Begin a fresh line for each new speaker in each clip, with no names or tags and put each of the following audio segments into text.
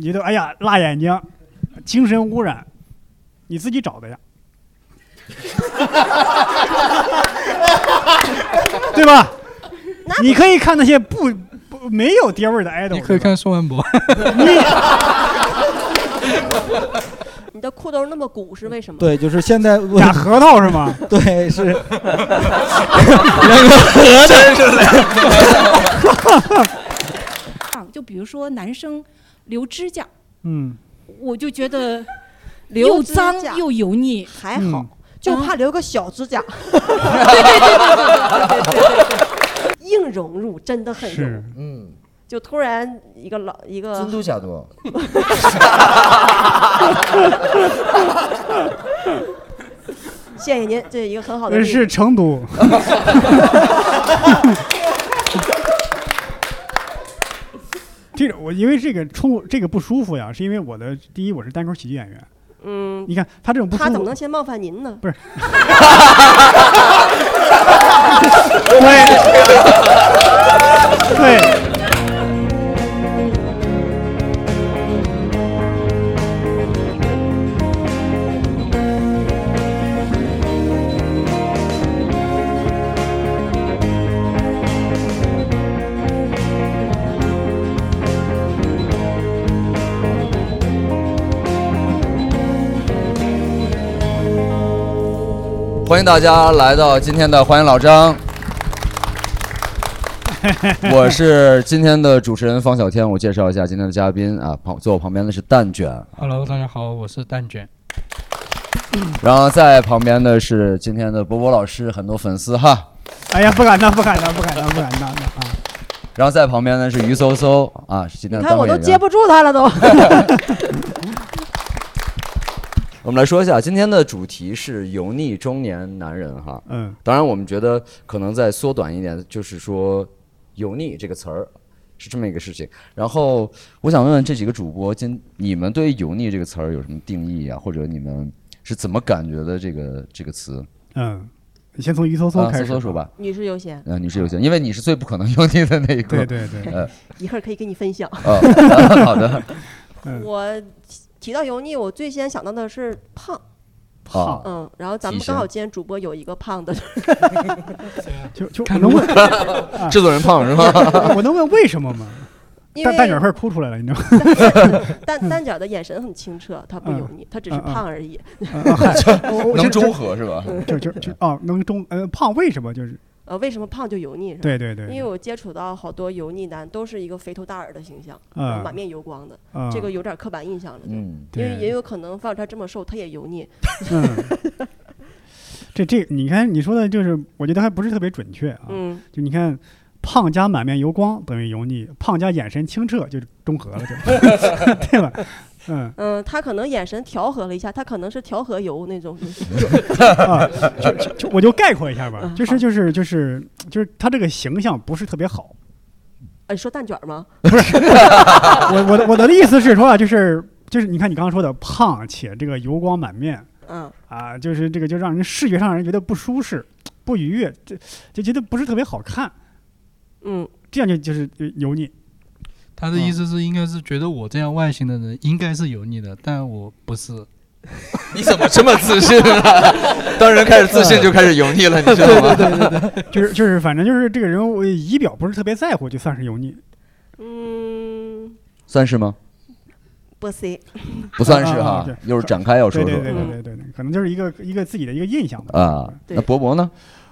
你都哎呀辣眼睛，精神污染，你自己找的呀，对吧？你可以看那些不不没有爹味儿的 idol，你可以看
宋 文博，
你的裤兜那么鼓是为什么？
对，就是现在
俩核桃是吗？
对， 是两
个
核
真是
啊 就比如说男生留指甲，
嗯，
我就觉得
留
又
指甲
脏又油腻，
嗯
嗯
还好，就怕留个小指甲。嗯 硬融入真的很
是
融，
嗯，
就突然一个老一 个
尊嘟假多，
谢谢您，这一个很好的
那
例子
呃是成都。 这个我因为这个冲这个不舒服呀，是因为我的第一我是单口喜剧演员，
嗯，
你看他这种不舒服
他怎么能先冒犯您呢？
不是，对
欢迎大家来到今天的欢迎老 张，我是今天的主持人方小天，我介绍一下今天的嘉宾啊，旁坐我旁边的是蛋卷，
Hello，大家好，我是蛋卷。
然后在旁边的是今天的波波老师，很多粉丝哈，
哎呀，不敢当，不敢当，不敢当，不敢当的啊！
然后在旁边呢是于搜搜啊，是今天
你
的
看
单
我
口
都
演
接
员。
不住他了 都。
我们来说一下今天的主题是油腻中年男人哈，
嗯，
当然我们觉得可能再缩短一点，就是说油腻这个词儿是这么一个事情。然后我想问问这几个主播，今你们对油腻这个词儿有什么定义啊？或者你们是怎么感觉的这个这个词？
嗯，你先从于搜搜
啊
开
搜
始
搜，说吧，
女士优先
呃，女士优先，因为你是最不可能油腻的那一个。
对对 对
呃，
一会儿可以跟你分享。
哦 好 的
嗯
我提提到油腻，我最先想到的是胖。
胖
嗯，然后咱们
哦体身
刚好今天主播有一个胖的，
就就我能问 啊
制作人胖是吗
我能 问为什么吗？
因
蛋
为
蛋卷快哭出来了，你知道吗？
蛋 蛋卷的眼神很清澈，他不油腻，他只是
嗯嗯
胖而已。
啊 嗨我
能
我这这
中和是吧
就就就哦，能中呃胖为什么就是
呃，为什么胖就油腻？是吧
对对对
因为我接触到好多油腻男，都是一个肥头大耳的形象，
嗯
然后满面油光的，
嗯
这个有点刻板印象了。
嗯
因为
对
也有可能范晓川这么瘦，他也油腻。
嗯这这你看你说的就是，我觉得还不是特别准确啊。
嗯，
就你看。胖加满面油光等于油腻，胖加眼神清澈就是 中和了， 对吧？对吧？嗯，
嗯，他可能眼神调和了一下，他可能是调和油那 种。
啊，就就就我就概括一下吧，
嗯
就是就是就是就是他这个形象不是特 别好。
哎，说蛋卷吗？
不是， 我我的我的意思是说啊，就是就是你看你刚刚说的胖且这个油光满面
嗯，
啊，就是这个就让人视觉上让人觉得不舒适、不愉悦，这就觉得不是特别好看。
嗯，
这样就就是呃油腻。
他
嗯
的意思是，应该是觉得我这样外形的人应该是油腻的，但我不是。
你怎么这么自信 啊？ 当人开始自信就开始油腻了，你知道吗？对对对对
就是就是反正就是这个人我仪表不是特别在乎，就算是油腻。
嗯，
算是吗？
波 C。
不算是
啊
哈
对，
一会儿展开要说说。
对对对对对对，可能就是一个一个自己的一个印象吧。
啊，那博博呢？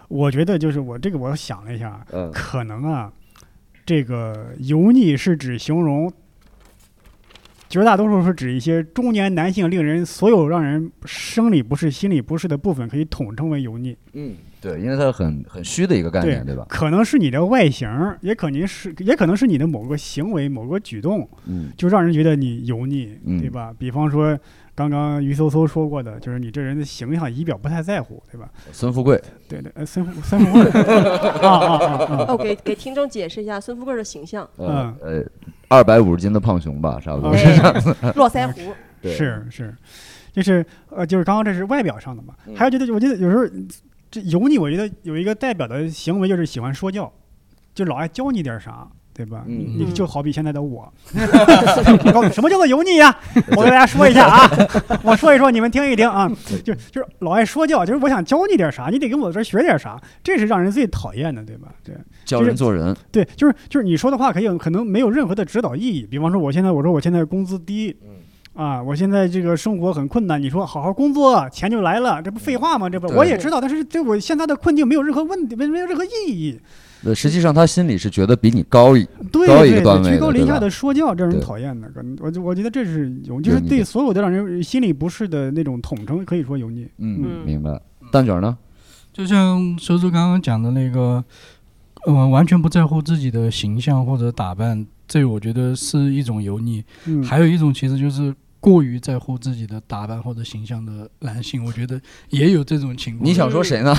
我觉得就是我这个，我想了一下，
嗯
可能啊，这个油腻是指形容，绝大多数是指一些中年男性令人所有让人生理不适、心理不适的部分，可以统称为油腻。
嗯，对，因为它很很虚的一个概念，对吧？
可能是你的外形儿，也可能是也可能是你的某个行为、某个举动，
嗯
就让人觉得你油腻，
嗯
对吧？比方说刚刚于搜搜说过的，就是你这人的形象、仪表不太在乎，对吧？
孙富贵，
对对，呃，孙富孙 富贵啊啊啊嗯
哦，
啊！
给给听众解释一下孙富贵的形象。
呃呃，二百五十斤的胖熊吧，差不多是
哎
这样子。
络腮胡。
对
哦是是，就是呃，就是刚刚这是外表上的嘛，
嗯
还有觉得我觉得有时候这油腻，我觉得有一个代表的行为就是喜欢说教，就老爱教你点啥，对吧？
嗯
你
嗯
就好比现在 的我，我告诉你什么叫做油腻啊？我给大家说一下 啊，我说一说，你们听一听啊。就就是老爱说教，就是我想教你点啥，你得跟我这儿学点啥，这是让人最讨厌的，对吧？对
教人做人，
对，就是就是你说的话可以可能没有任何的指导意义。比方说，我现在我说我现在工资低，
嗯
啊，我现在这个生活很困难，你说好好工作，钱就来了，这不废话吗？这不
嗯
对
我也知道，但是对我现在的困境没有任何问题，没没有任何意义。
呃实际上他心里是觉得比你高一，
对
高一个
对
段位
对，居
的
高
对
临
吧
下的说教，这让人
对
讨厌的。可能我就我觉得这是油，就是
油腻
对
的
所有的让人心里不适的那种统称，可以说油腻。
嗯，
嗯
明白。蛋卷呢？
就像收叔刚刚讲的那个，嗯、完全不在乎自己的形象或者打扮，这我觉得是一种油腻。
嗯，
还有一种其实就是过于在乎自己的打扮或者形象的男性，我觉得也有这种情况。
你想说谁 呢？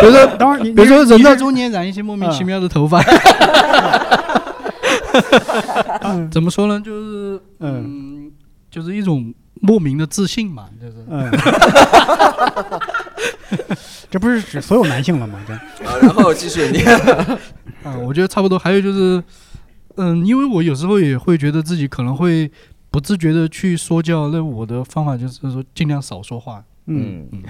比如说，
当然你
比如说人到
的
中年染一些莫名其妙的头发，
嗯
怎么说呢？就是
嗯
嗯，就是一种莫名的自信嘛，就是。
嗯，这不是指所有男性了吗？这
然后继续你。
啊，我觉得差不多。还有就是，嗯，因为我有时候也会觉得自己可能会不自觉的去说教，那我的方法就是说尽量少说话，
嗯
嗯，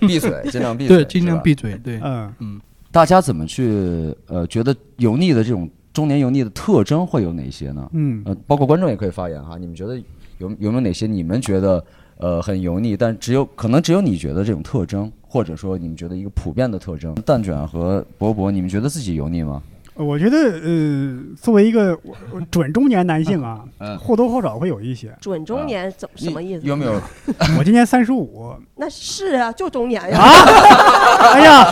闭嘴，尽量闭嘴，
对，尽量
是吧。
闭嘴，对。
嗯
大家怎么去呃，觉得油腻的这种中年油腻的特征会有哪些呢？
嗯
呃，包括观众也可以发言哈，你们觉得有有没有哪些你们觉得呃很油腻，但只有可能只有你觉得这种特征，或者说你们觉得一个普遍的特征？蛋卷和博博，你们觉得自己油腻吗？
我觉得呃，作为一个我我准中年男性啊，
嗯
或多或少会有一些。
准中年怎什么意思？
有没有？
我今年三十五，
那是啊，就中年呀，
啊， 哎呀，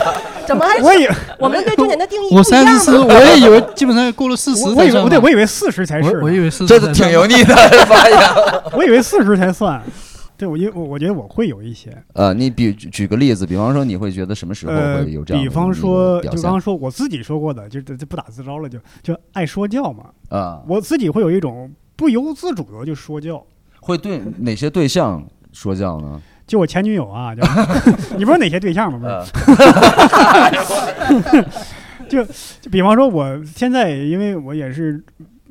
怎么还
我以
我们对中年的定义不
我
一样
三十四，
吗？
我也以为基本上过了四
我
十
我
才
以为
算
不对，
嘛
我以为四十才是
我，我以为是，
这是挺油腻的发言。
我以为四十才算。对，我因为我我觉得我会有一些，
呃，你比举举个例子，比方说你会觉得什么时候
呃
会有，这样的一个
比方说，
嗯表
就
现
刚刚说我自己说过的，就就就不打自招了，就就爱说教嘛。
啊，
我自己会有一种不由自主的就说教，
会对哪些对象说教呢？
就我前女友啊，就你不是哪些对象吗？不是，
呃，
就比方说，我现在因为我也是，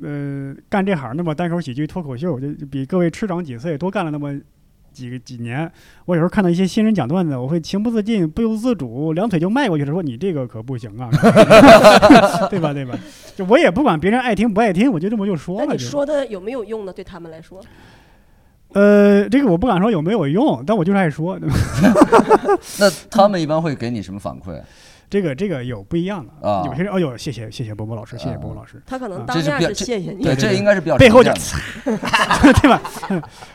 呃，干这行的嘛，单口喜剧、脱口秀，就就比各位吃长几岁，多干了那么几个几年。我有时候看到一些新人讲段子，我会情不自禁、不由自主，两腿就迈过去了，说你这个可不行啊， 对吧？对吧？就我也不管别人爱听不爱听，我就这么就说
那
了
你
就。
说的有没有用呢？对他们来说，
呃，这个我不敢说有没有用，但我就是爱说。对吧
那他们一般会给你什么反馈？
这个这个有不一样的，
啊
有些人，哎呦，谢谢谢谢波波老师，谢谢
啊
波波老师。
他可能
啊
当
这是
面
比较
是谢谢你，
对，这应该是比较
背后就
常见的
擦， 对吧？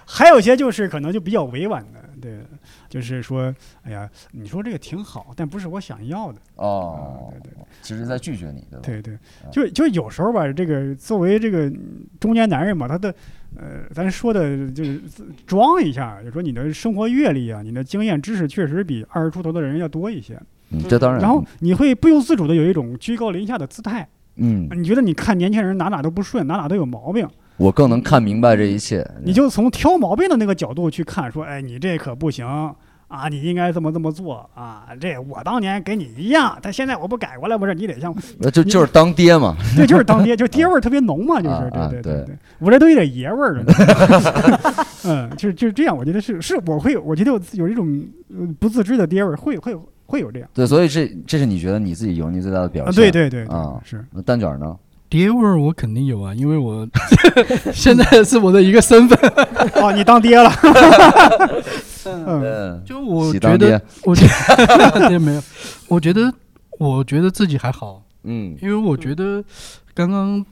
还有些就是可能就比较委婉的，对，就是说，哎呀，你说这个挺好，但不是我想要的，
哦
啊对，
其实在拒绝你，对吧？
对对，
啊
就就有时候吧，这个作为这个中年男人嘛，他的呃，咱说的就是自装一下，就说你的生活阅历啊，你的经验知识确实比二十出头的人要多一些，
嗯，这当然。
然后你会不由自主的有一种居高临下的姿态，
嗯，
你觉得你看年轻人哪哪都不顺，哪哪都有毛病。
我更能看明白这一切。
你就从挑毛病的那个角度去看，说，哎，你这可不行啊，你应该这么这么做啊，这我当年跟你一样，但现在我不改过来，不是你得 像，
那呃就就是当爹嘛，
对，就是当 爹，就是爹味儿特别浓嘛，就
啊
是，
啊
对
对
对对，我这都有点爷 味儿了， 嗯，就是就是这样，我觉得是是，我会我觉得我有一种呃不自知的爹味儿，会会会有这样
对，所以这这是你觉得你自己油腻最大的表
啊，
现。
对。对对
啊
对，是，
那蛋卷呢？
爹味儿，我肯定有啊，因为我现在是我的一个身份。
哦，你当爹了， 嗯
嗯，
就我
喜
觉
当
得
爹，
我觉得 对没有，我觉得我觉得自己还好，
嗯
因为我觉得刚刚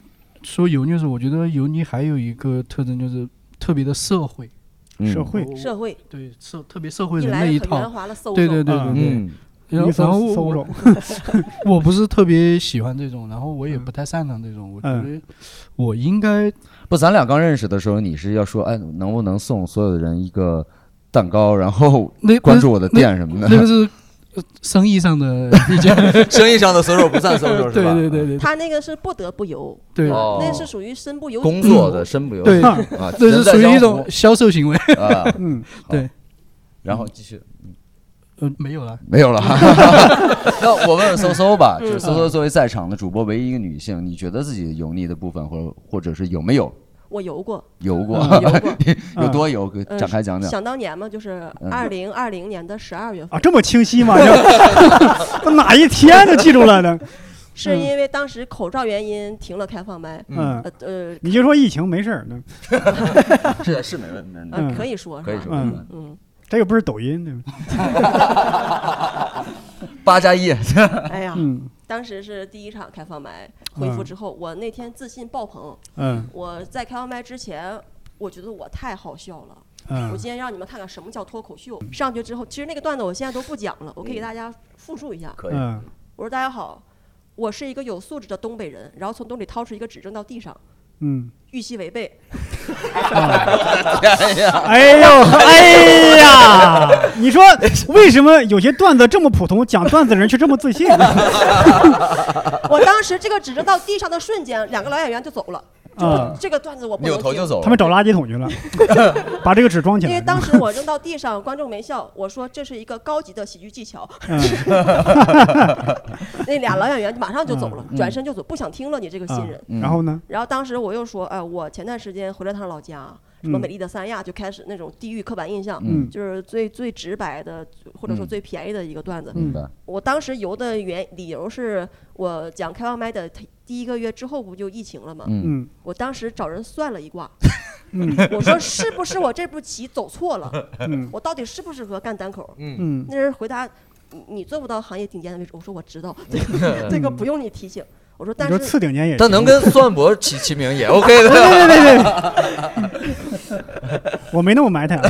说油腻的时候，我觉得油腻还有一个特征就是特别的社会，
嗯，
社会，
社会
对 社特别社会
一
人
来
那
很
一
圆
套，
滑了，搜
对
搜
对对
嗯
对对。
嗯
然
一
后然后
搜搜
我
手，
我不是特别喜欢这种，然后我也不太擅长这种，我觉
嗯
得我应该
不，咱俩刚认识的时候，你是要说，哎，能不能送所有的人一个蛋糕，然后
那
关注我的店什么
那个
的？
是呃生意上的意见，
生意上的所手不 善
对对对对对
他那个是不得不游，
对。
哦
那是属于身不由己
工作的身不由
嗯
对
己 啊，
这
人
是
在啊
属于
江
一种
湖
销售行为，
啊，
嗯
对。
然后继续，
嗯呃，没有了。嗯
没 有了。那我问问搜搜吧，就是搜搜作为在场的主播唯一一个女性，你觉得自己油腻的部分，或者或者是有没有
我游过，嗯
油过？
游过。
有多油？给
嗯
展开讲讲。
想当年嘛，就是
嗯
二零二零年的十二月份
啊，，这么清晰吗？这 我哪一天都记住了呢？嗯
是因为当时口罩原因停了开放麦，
嗯，
呃呃
你就说疫情没事儿，那
是是没问没
呃
嗯，
可以说
可以
是
说
吧？
嗯
没问
嗯，
这又不是抖 音，对吧？
八加一，
哎呀，
嗯
当时是第一场开放麦，恢复之后，我那天自信爆棚。
嗯
我在开放麦之前，我觉得我太好笑了。我
嗯
今天让你们看看什么叫脱口秀。上去之后，其实那个段子我现在都不讲了，我可以给大家复述一下。
可以。
嗯，
我说大家好，我是一个有素质的东北人，然后从兜里掏出一个纸扔到地上，
嗯，
预期违背。
哎呀，
哎呦，哎呀，你说为什么有些段子这么普通，讲段子的人却这么自信呢？
我当时这个指着到地上的瞬间，两个老演员就走了。就
啊
不，这个段子我不
扭
能
头就
听。
走
他们找垃圾桶去了，把这个纸装起
因
来
为
了。
当时我扔到地上，观众没笑。我说这是一个高级的喜剧技巧。
嗯
那俩老演员马上就走了，
嗯
转身就走，不想听了你这个新人。
嗯然后呢？
然后当时我又说，哎，我前段时间回了趟老家，什么
嗯
美丽的三亚，就开始那种地域刻板印象，
嗯
就是最最直白的，或者说
嗯
最便宜的一个段子。
明白。
我当时游的原理由是我讲开放麦的第一个月之后不就疫情了吗？
嗯，
嗯
我当时找人算了一 卦，
嗯
我说是不是我这步棋走错了？
嗯
我到底适不适合干单口？
嗯
那人回答你你做不到行业顶尖的位置。我说我知 道，这个这个不用你提醒。我说
嗯你
但
说
是
次顶尖也行，
但能跟算博齐齐名也 OK 的。
别别别别别， 我没那么 埋汰啊。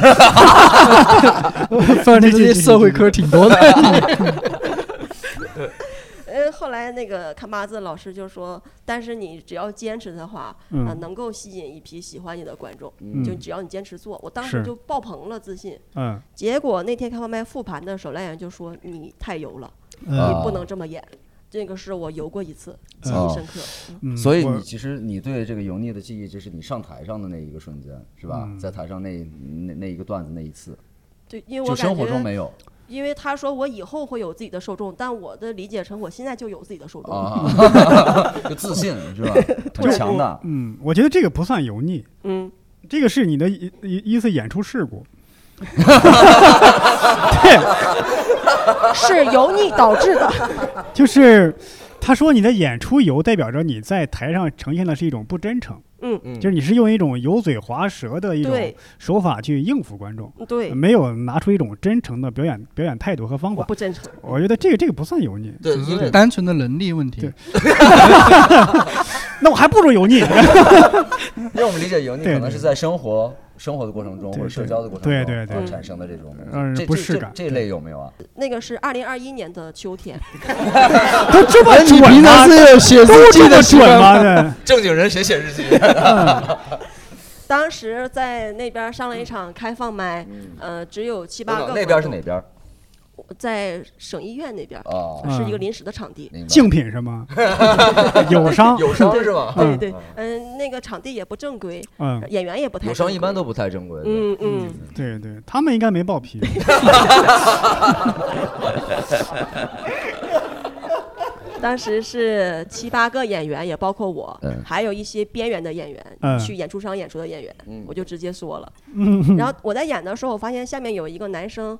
反正这些社会科挺多的。
呃，后来那个看八字老师就说，但是你只要坚持的话，啊、
嗯
能够吸引一批喜欢你的观众。
嗯
就只要你坚持做，我当
是
时就爆棚了自信。
嗯
结果那天开放麦复盘的时候，赖演就说你太油了，
啊
嗯
你不能这么演。这个是我游过一次，记
哦
忆深刻。
嗯，
所以
我
你其实你对这个油腻的记忆，就是你上台上的那一个瞬间，是吧？
嗯
在台上那那那一个段子那一次，
对，因为
就
我
生
感
活中
觉，
没有
因为他说我以后会有自己的受众，但我的理解成我现在就有自己的受 众。
啊， 就自信是 吧？就强大，
嗯，我觉得这个不算油腻，
嗯，
这个是你的一一一次演出事 故。 对，
是油腻导致的。
就是他说你的演出油，代表着你在台上呈现的是一种不真诚，
嗯，
嗯
就是你是用一种油嘴滑舌的一种
对
手法去应付观众，
对，
没有拿出一种真诚的表演表演态度和方
我
法。
不真诚。
我觉得这个这个不算油腻，
对，
只
因
是
为
单纯的能力问题
对。 那我还不如 油腻。
让我们理解油腻
对
可能是在生活生活的过程中
对
或者社交的过程中
对对对
啊
对
产生的这种
让人
这
不
这
适
这
感
这类有没有啊？
那个是二零二一年的秋 天，
都这么
哎，你
准
平
吗
常？是有写
都
日记
这么
的习
准
惯
吗？？嗯 这
正经人谁写日记？
当时在那边上了一场开放麦，呃，只有七八个。
嗯那边是哪？边
在省医院那边儿，
啊？
是一
嗯
个临时的场地。
明白
竞品是 吗？友商，
有伤是吧？
对
啊
对，嗯，那个场地也不正规，
嗯，
演员也不太。
有伤一般。都不太正规。对
嗯嗯，
对对，他们应该没爆皮。
当时是七八个演员，也包括我
嗯，
还有一些边缘的演员
嗯，
去演出商演出的演员，我就直接说 了。
嗯
然后我在演的时候，我发现下面有一个男生，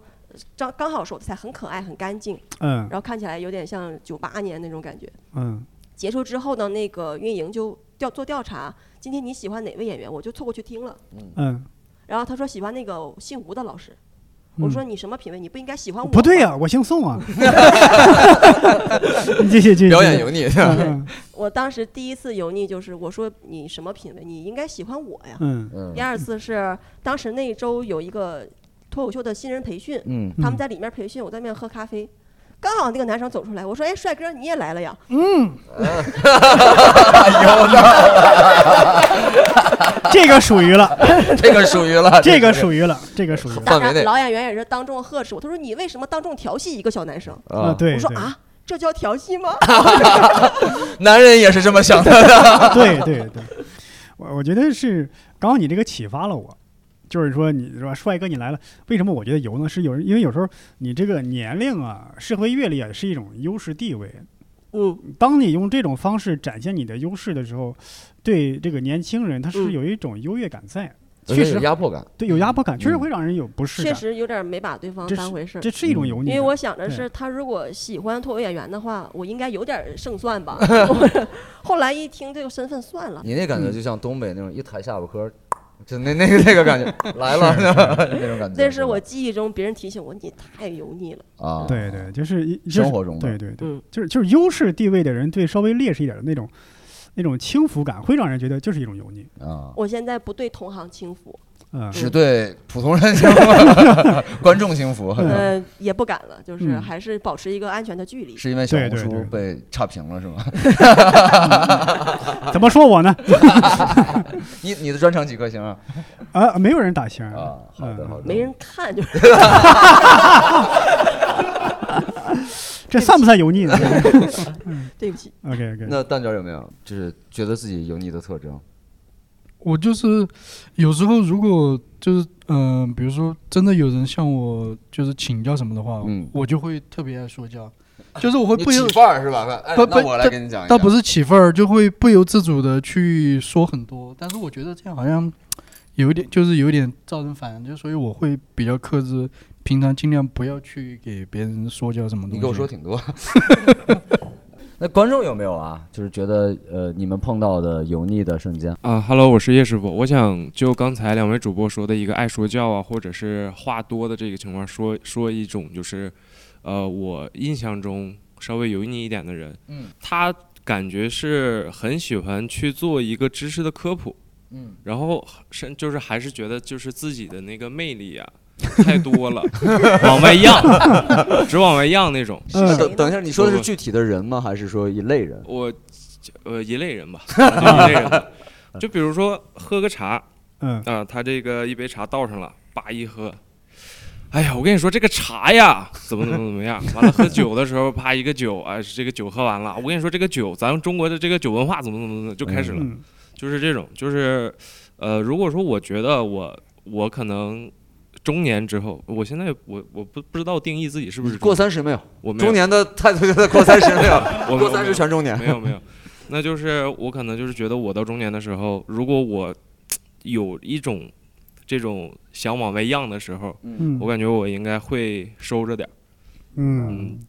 刚刚好手才很可爱，很干净，
嗯
然后看起来有点像九八年那种感觉。
嗯
结束之后呢，那个运营就调做调查，今天你喜欢哪位演员，我就凑过去听了。
嗯，
然后他说喜欢那个姓吴的老师，
嗯
我说你什么品味？你不应该喜欢我？
不对、呀、我姓 宋啊。 你继续继续。
表演油腻，
嗯。
我当时第一次油腻就是我说你什么品味？你应该喜欢我呀。
嗯
嗯
第二次是当时那一周有一个脱口秀的新人培训，
嗯，
他们在里面培训，我在那边喝咖啡。刚好那个男生走出来，我说：“哎，帅哥，你也来了呀
哎
嗯，这个属于了，
这个属于了，
这个属于了，这个属于！”了。
范围内
老演员也是当众呵斥我，他说：“你为什么当众调戏一个小男生
啊，？”对，
我说：“
对，
啊，这叫调戏吗？”
男人也是这么想 的。
对对对，我我觉得是，刚刚你这个启发了我，就是说你是吧，帅哥你来了，为什么我觉得油呢？是有人因为有时候你这个年龄啊、社会阅历啊是一种优势地位。
嗯，
当你用这种方式展现你的优势的时候，对这个年轻人他
嗯
是有一种优越感在，
而
确
且有
实
压迫感。
对有压迫感，确实
嗯
会让人有不适
确
感，
实有点没把对方
这
当回事儿。
这是一种油腻
因
感。
为我想着
对
是他如果喜欢脱口演员的话，我应该有点胜 算吧。后来一听这个身份算了，嗯
你那
感觉就像东北那种一抬下巴颏儿，就那那个那个感觉 来了那种感觉。
那是我记忆中别人提醒我你太油腻了。
啊，
对对，就是一就是
生活中
对
的
对
嗯
对，就是就是优势地位的人对稍微劣势一点的那种那种轻浮感，会让人觉得就是一种油腻。
啊，
我现在不对同行轻浮，
嗯，
只对普通人幸福， 观众幸福，
嗯
呃，也不敢了，就是
嗯
还是保持一个安全的距离。
是因为小
对
红
对对
书被差评了是吗？
啊
怎么说我呢？
你你的专场几颗星啊？
啊， 没有人打星儿
啊，好的
嗯
好的，
没人 看 就是
这算不算油腻呢 嗯
对不起，
？OK OK，
那蛋卷有没有就是觉得自己油腻的特征？
我就是有时候如果就是嗯、呃比如说真的有人向我就是请教什么的话，
嗯
我就会特别爱说教，就是我会不由
范儿是吧？哎
不不这
你讲
倒不是起范儿，就会不由自主的去说很多。但是我觉得这样好像有一点就是有一点造成反感，就所以我会比较克制，平常尽量不要去给别人说教什么东西。
你跟我说挺多。 那观众有没有啊？就是觉得呃，你们碰到的油腻的瞬间，
啊哈喽，我是叶师傅。我想就刚才两位主播说的一个爱说教啊，或者是话多的这个情况说说一种，就是，呃，我印象中稍微油腻一点的人，
嗯，
他感觉是很喜欢去做一个知识的科普，
嗯，
然后甚就是还是觉得就是自己的那个魅力啊太多了， 往外 漾，只往外漾那种。
嗯
谁
等
呢
等一下，你 说的是
不不
具体的人吗？还是说一类人？
我呃一类人吧，就一类 人吧，就比如说喝个茶，
嗯，
啊，他这个一杯茶倒上了，叭一喝，哎呀，我跟你说这个茶呀，怎么怎么怎么样？完了喝酒的时候，啪一个酒，哎，这个酒喝完了，我跟你说这个酒，咱们中国的这个酒文化怎么怎么怎么就开始了，
嗯
就是这种，就是呃，如果说我觉得我我可能。中年之后，我现在我我不不知道定义自己是不是
过
中
三十没有？
我没有
中，年的态度就在过三十没有？
我没有
过三
没
十
有
全中年。
没有没有，那就是我可能就是觉得我到中年的时候，如果我有一种这种想往外漾的时候，
嗯
我感觉我应该会收着点儿。
嗯
嗯，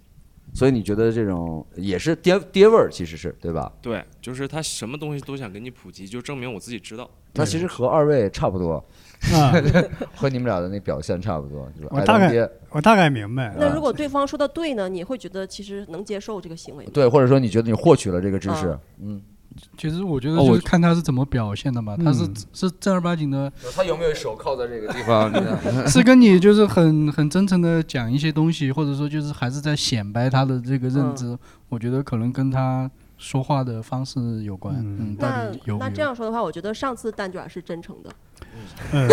所以你觉得这种也是爹爹味儿，其实是对吧？
对，就是他什么东西都想给你普及，就证明我自己知道。
他其实和二位差不多，
啊，
和你们俩的那表现差不多，就是
我
爱
大
当
概
爹，
我大概明
啊
白。
那如果对方说的对呢，你会觉得其实能接受这个行为吗？
对，或者说你觉得你获取了这个知识
啊，
嗯，
其实我觉得
哦
就
我
是看他是怎么表现的嘛，他是
嗯
是正儿八经的，
他有没有手铐在这个地方？
是跟你就是很很真诚的讲一些东西，或者说就是还是在显摆他的这个认知。我觉得可能跟他说话的方式有关。
嗯
嗯，到
那
底有没
那
有？
这样说的话，我觉得上次蛋卷是真诚的，
嗯，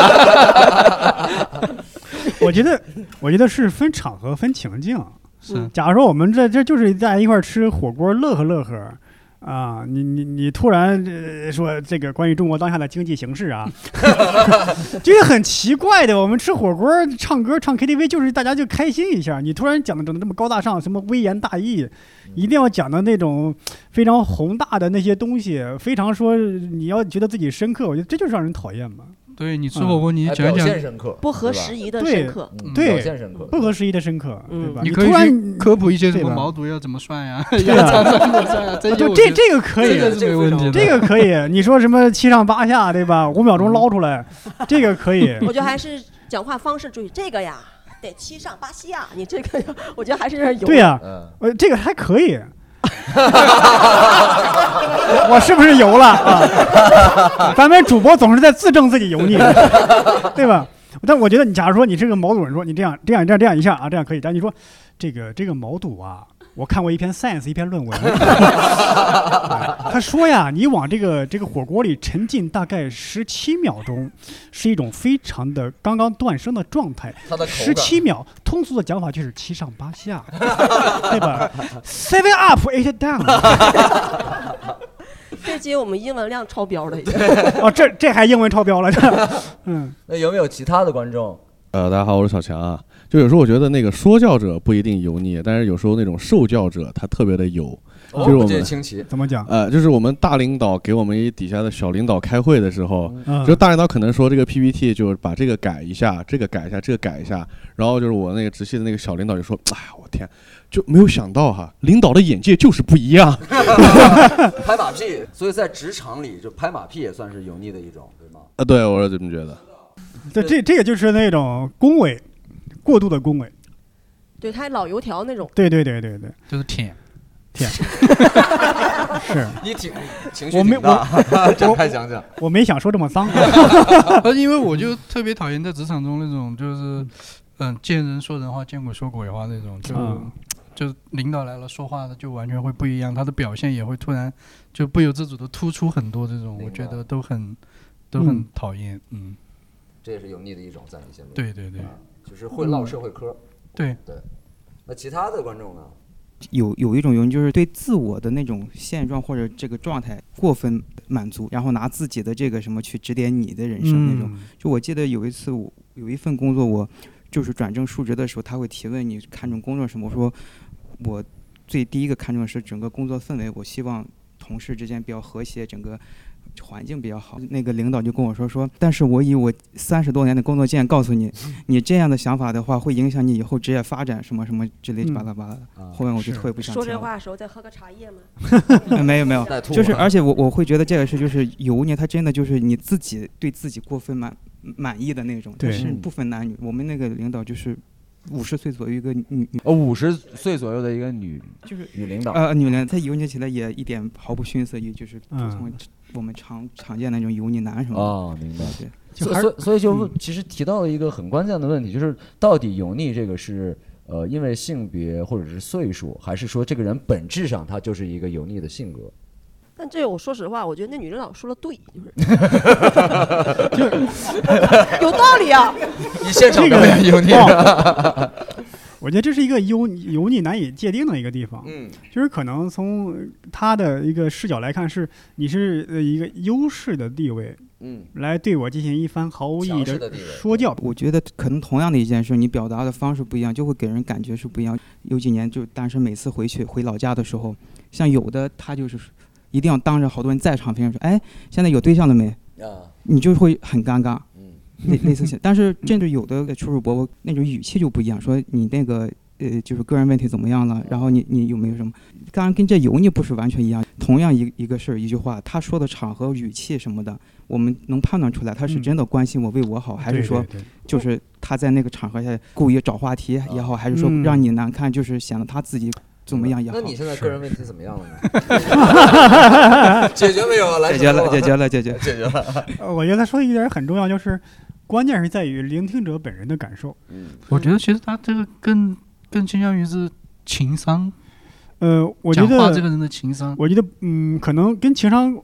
我觉得，我觉得是分场合、分情境。
是
假如说我们这这就是在一块儿吃火锅，乐呵乐呵。啊，你你你突然、呃、说这个关于中国当下的经济形势啊， 这个很奇怪的。我们吃火锅、唱歌、唱 KTV，就是大家就开心一下。你突然讲的整的这么高大上，什么微言大义，一定要讲到那种非常宏大的那些东西，非常说你要觉得自己深刻，我觉得这就是让人讨厌嘛。
对你吃火锅，
嗯
你也讲一
表
讲
现深刻，
不合
对吧
时，宜的
嗯对
深刻。
嗯
对
表现深刻，
不合时宜的深刻，
嗯
对吧？
你可
突
以
然
去科普一些什么
对吧
毛肚要怎么涮呀，
啊
要长什么涮呀，这
啊
些
就
我
这
觉得
这个可以啊
这，个是没问题的。
这个可以。你说什么七上八下，对吧？五秒钟捞出 来，这个可以。
我觉得还是讲话方式注意这个呀，得七上八下，你这个我觉得还是有点油。
对 呀、
嗯，
呃，这个还可以。 我是不是油了啊？咱们主播总是在自证自 己油腻，对吧？但我觉得你假如说你是个毛肚人，说你这样这样这样这样一下啊，这样可以。但你说这个这个毛肚啊，我看过一篇 science 一篇论 文，哎他说呀，你往这个这个火锅里沉浸大概十七秒钟，是一种非常的刚刚断生的状态。
他的口
十
感
七秒，通俗的讲法就是七上八下，对吧？Seven up, eight down。
这期我们英文量超标了，已经。
哦，这这还英文超标了， 这，嗯，
那有没有其他的 观 众？
呃，大家好，我是小强啊。就有时候我觉得那个说教者不一定油腻，但是有时候那种受教者他特别的油。
哦
就是我们
这清奇，
怎么讲？
呃，就是我们大领导给我们一底下的小领导开会的时候，
嗯
就，大领导可能说这个 PPT 就是把这个改一下，这个改一下，这个改一下，然后就是我那个直系的那个小领导就说：“哎，我天，就没有想到哈，领导的眼界就是不一样。
拍马屁，所以在职场里就拍马屁也算是油腻的一种，对吗？”
呃
啊，对我是这么觉得。
这这这个就是那种恭维，过度的恭维，
对，他还老油条那种，
对对对对对，
就是舔。
是
你挺情绪
我没
挺 大， 展开讲讲。
我没想说这 么脏，
呃，因为我就特别讨厌在职场中那种就是，嗯，见人说人话，见鬼说鬼话那种，就、
嗯
就领导来了说话的就完全会不一样，他的表现也会突然就不由自主的突出很多这种，
明
我觉
白
得都很都很
嗯
讨厌。嗯，
这也是油腻的一种，在你心里。，
对对对
啊就是会唠社会嗑。
对，
那其他的观众呢？
有有一种原因，就是对自我的那种现状或者这个状态过分满足，然后拿自己的这个什么去指点你的人生那种。
嗯
就我记得有一次我有一份工作，我就是转正述职的时候，他会提问你看重工作什么，我说我最第一个看重的是整个工作氛围，我希望同事之间比较和谐，整个。环境比较好，那个领导就跟我说说，但是我以我三十多年的工作经验告诉你，你这样的想法的话，会影响你以后职业发展什么什么之类
嗯
巴拉巴拉的。
啊
后面我就是特别不想
说
听
这
了
话的时候再喝个茶叶吗？
哎 没有 没有
带吐
就是，
了
而且我我会觉得这个是就是油腻，它真的就是你自己对自己过分满满意的那种，
对
它是不分男女。我们那个领导就是五十岁左右一个女女
哦，五十岁左右的一个女
就是
女领导，
呃女人，她油腻起来也一点毫不逊色于就是普
嗯
通我们常常见那种油腻男什么的。
哦，明白。
对，嗯
就
所
还
所
是嗯
以所以就问其实提到了一个很关键的问题，就是到底油腻这个是呃因为性别或者是岁数，还是说这个人本质上他就是一个油腻的性格？
但这我说实话，我觉得那女领导说的对，就是 有道理啊。
你现场表演油腻。
哦我觉得这是一个油油腻难以界定的一个地方，
嗯，
就是可能从他的一个视角来看，是你是呃一个优势的地位，
嗯，
来对我进行一番毫无意义
强势的地位
说教，
我觉得可能同样的一件事，你表达的方式不一样，就会给人感觉是不一样。有几年就，但是每次回去回老家的时候，像有的他就是一定要当着好多人在场，非常说：“哎，现在有对象了没？”
啊，
你就会很尴尬，
嗯，
类类似像，但
嗯
是甚至有的出入伯伯那种语气就不一样，说你那个呃就是个人问题怎么样
嗯
了，然后你你有没有什么，当然跟这油腻不是完全一样，同样一一个事儿一句话，他说的场合语气什么的，我们能判断出来他是
嗯
真的关心我为我好，还是
对
说
对对
就是他在那个场合下故意找话题也好，还是说
嗯
让你难看，就是显得他自己怎么样也好
那，你现在
是
个人问题怎 么样了呢？解决没有啊？来，
解决了
说吧
解决了解决了，
解决了。
呃，我觉得他说的一点很重要，就是关键是在于聆听者本人的感受。
嗯，
我觉得其实他这个更更倾向于是情商，
呃，我觉
讲话这
得，
个人的情商。
我觉得，嗯，可能跟情商，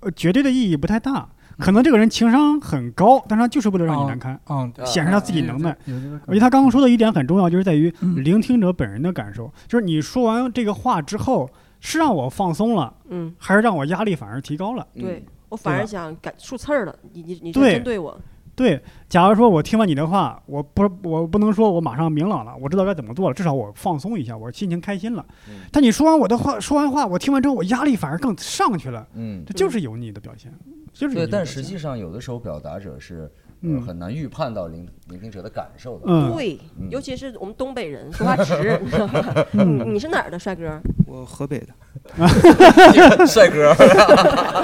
呃，绝对的意义不太大。可能这个人情商很高，但是他就是为了让你难堪，
嗯，
啊
对
显示他自己能耐。
有这个可能
我觉得他刚刚说的一点很重要，就是在于
嗯
聆听者本人的感受。就是你说完这个话之后，是让我放松了，
嗯，
还是让我压力反而提高了？
对我反
嗯对
而
吧
想感出刺儿了，你你你这
对
针对我，
对，假如说我听完你的话，我不我不能说我马上明朗了，我知道该怎么做了，至少我放松一下，我心情开心了。
嗯
但你说完我的话，说完话，我听完之后，我压力反而更上去了，
嗯，
这就是油腻的表现，就是油腻
对，
的
但
表
实
现
际上有的时候表达者是、呃、
嗯
很难预判到聆聆听者的感受的。
嗯
对
嗯，
尤其是我们东北人说话直， 你知道吧？
嗯，
你是哪儿的帅 哥？
我 河北的，
帅哥，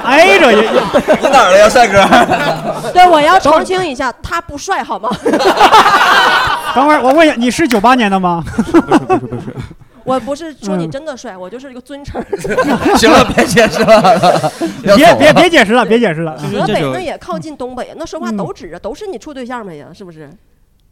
挨着也
你哪儿的呀，帅 哥？
对，我要澄清一下，他不帅好吗？
等会儿我问一下，你是九八年的吗？
不是不是不是，
我不是说你
嗯
真的帅，我就是一个尊 称。
行了，别解释了，要
别
走
别
了。
别解释了，别解释了。
就是
河
这
北
种
那也靠近东北，那说话
嗯
都直啊，都是你处对象没呀？是不是？
嗯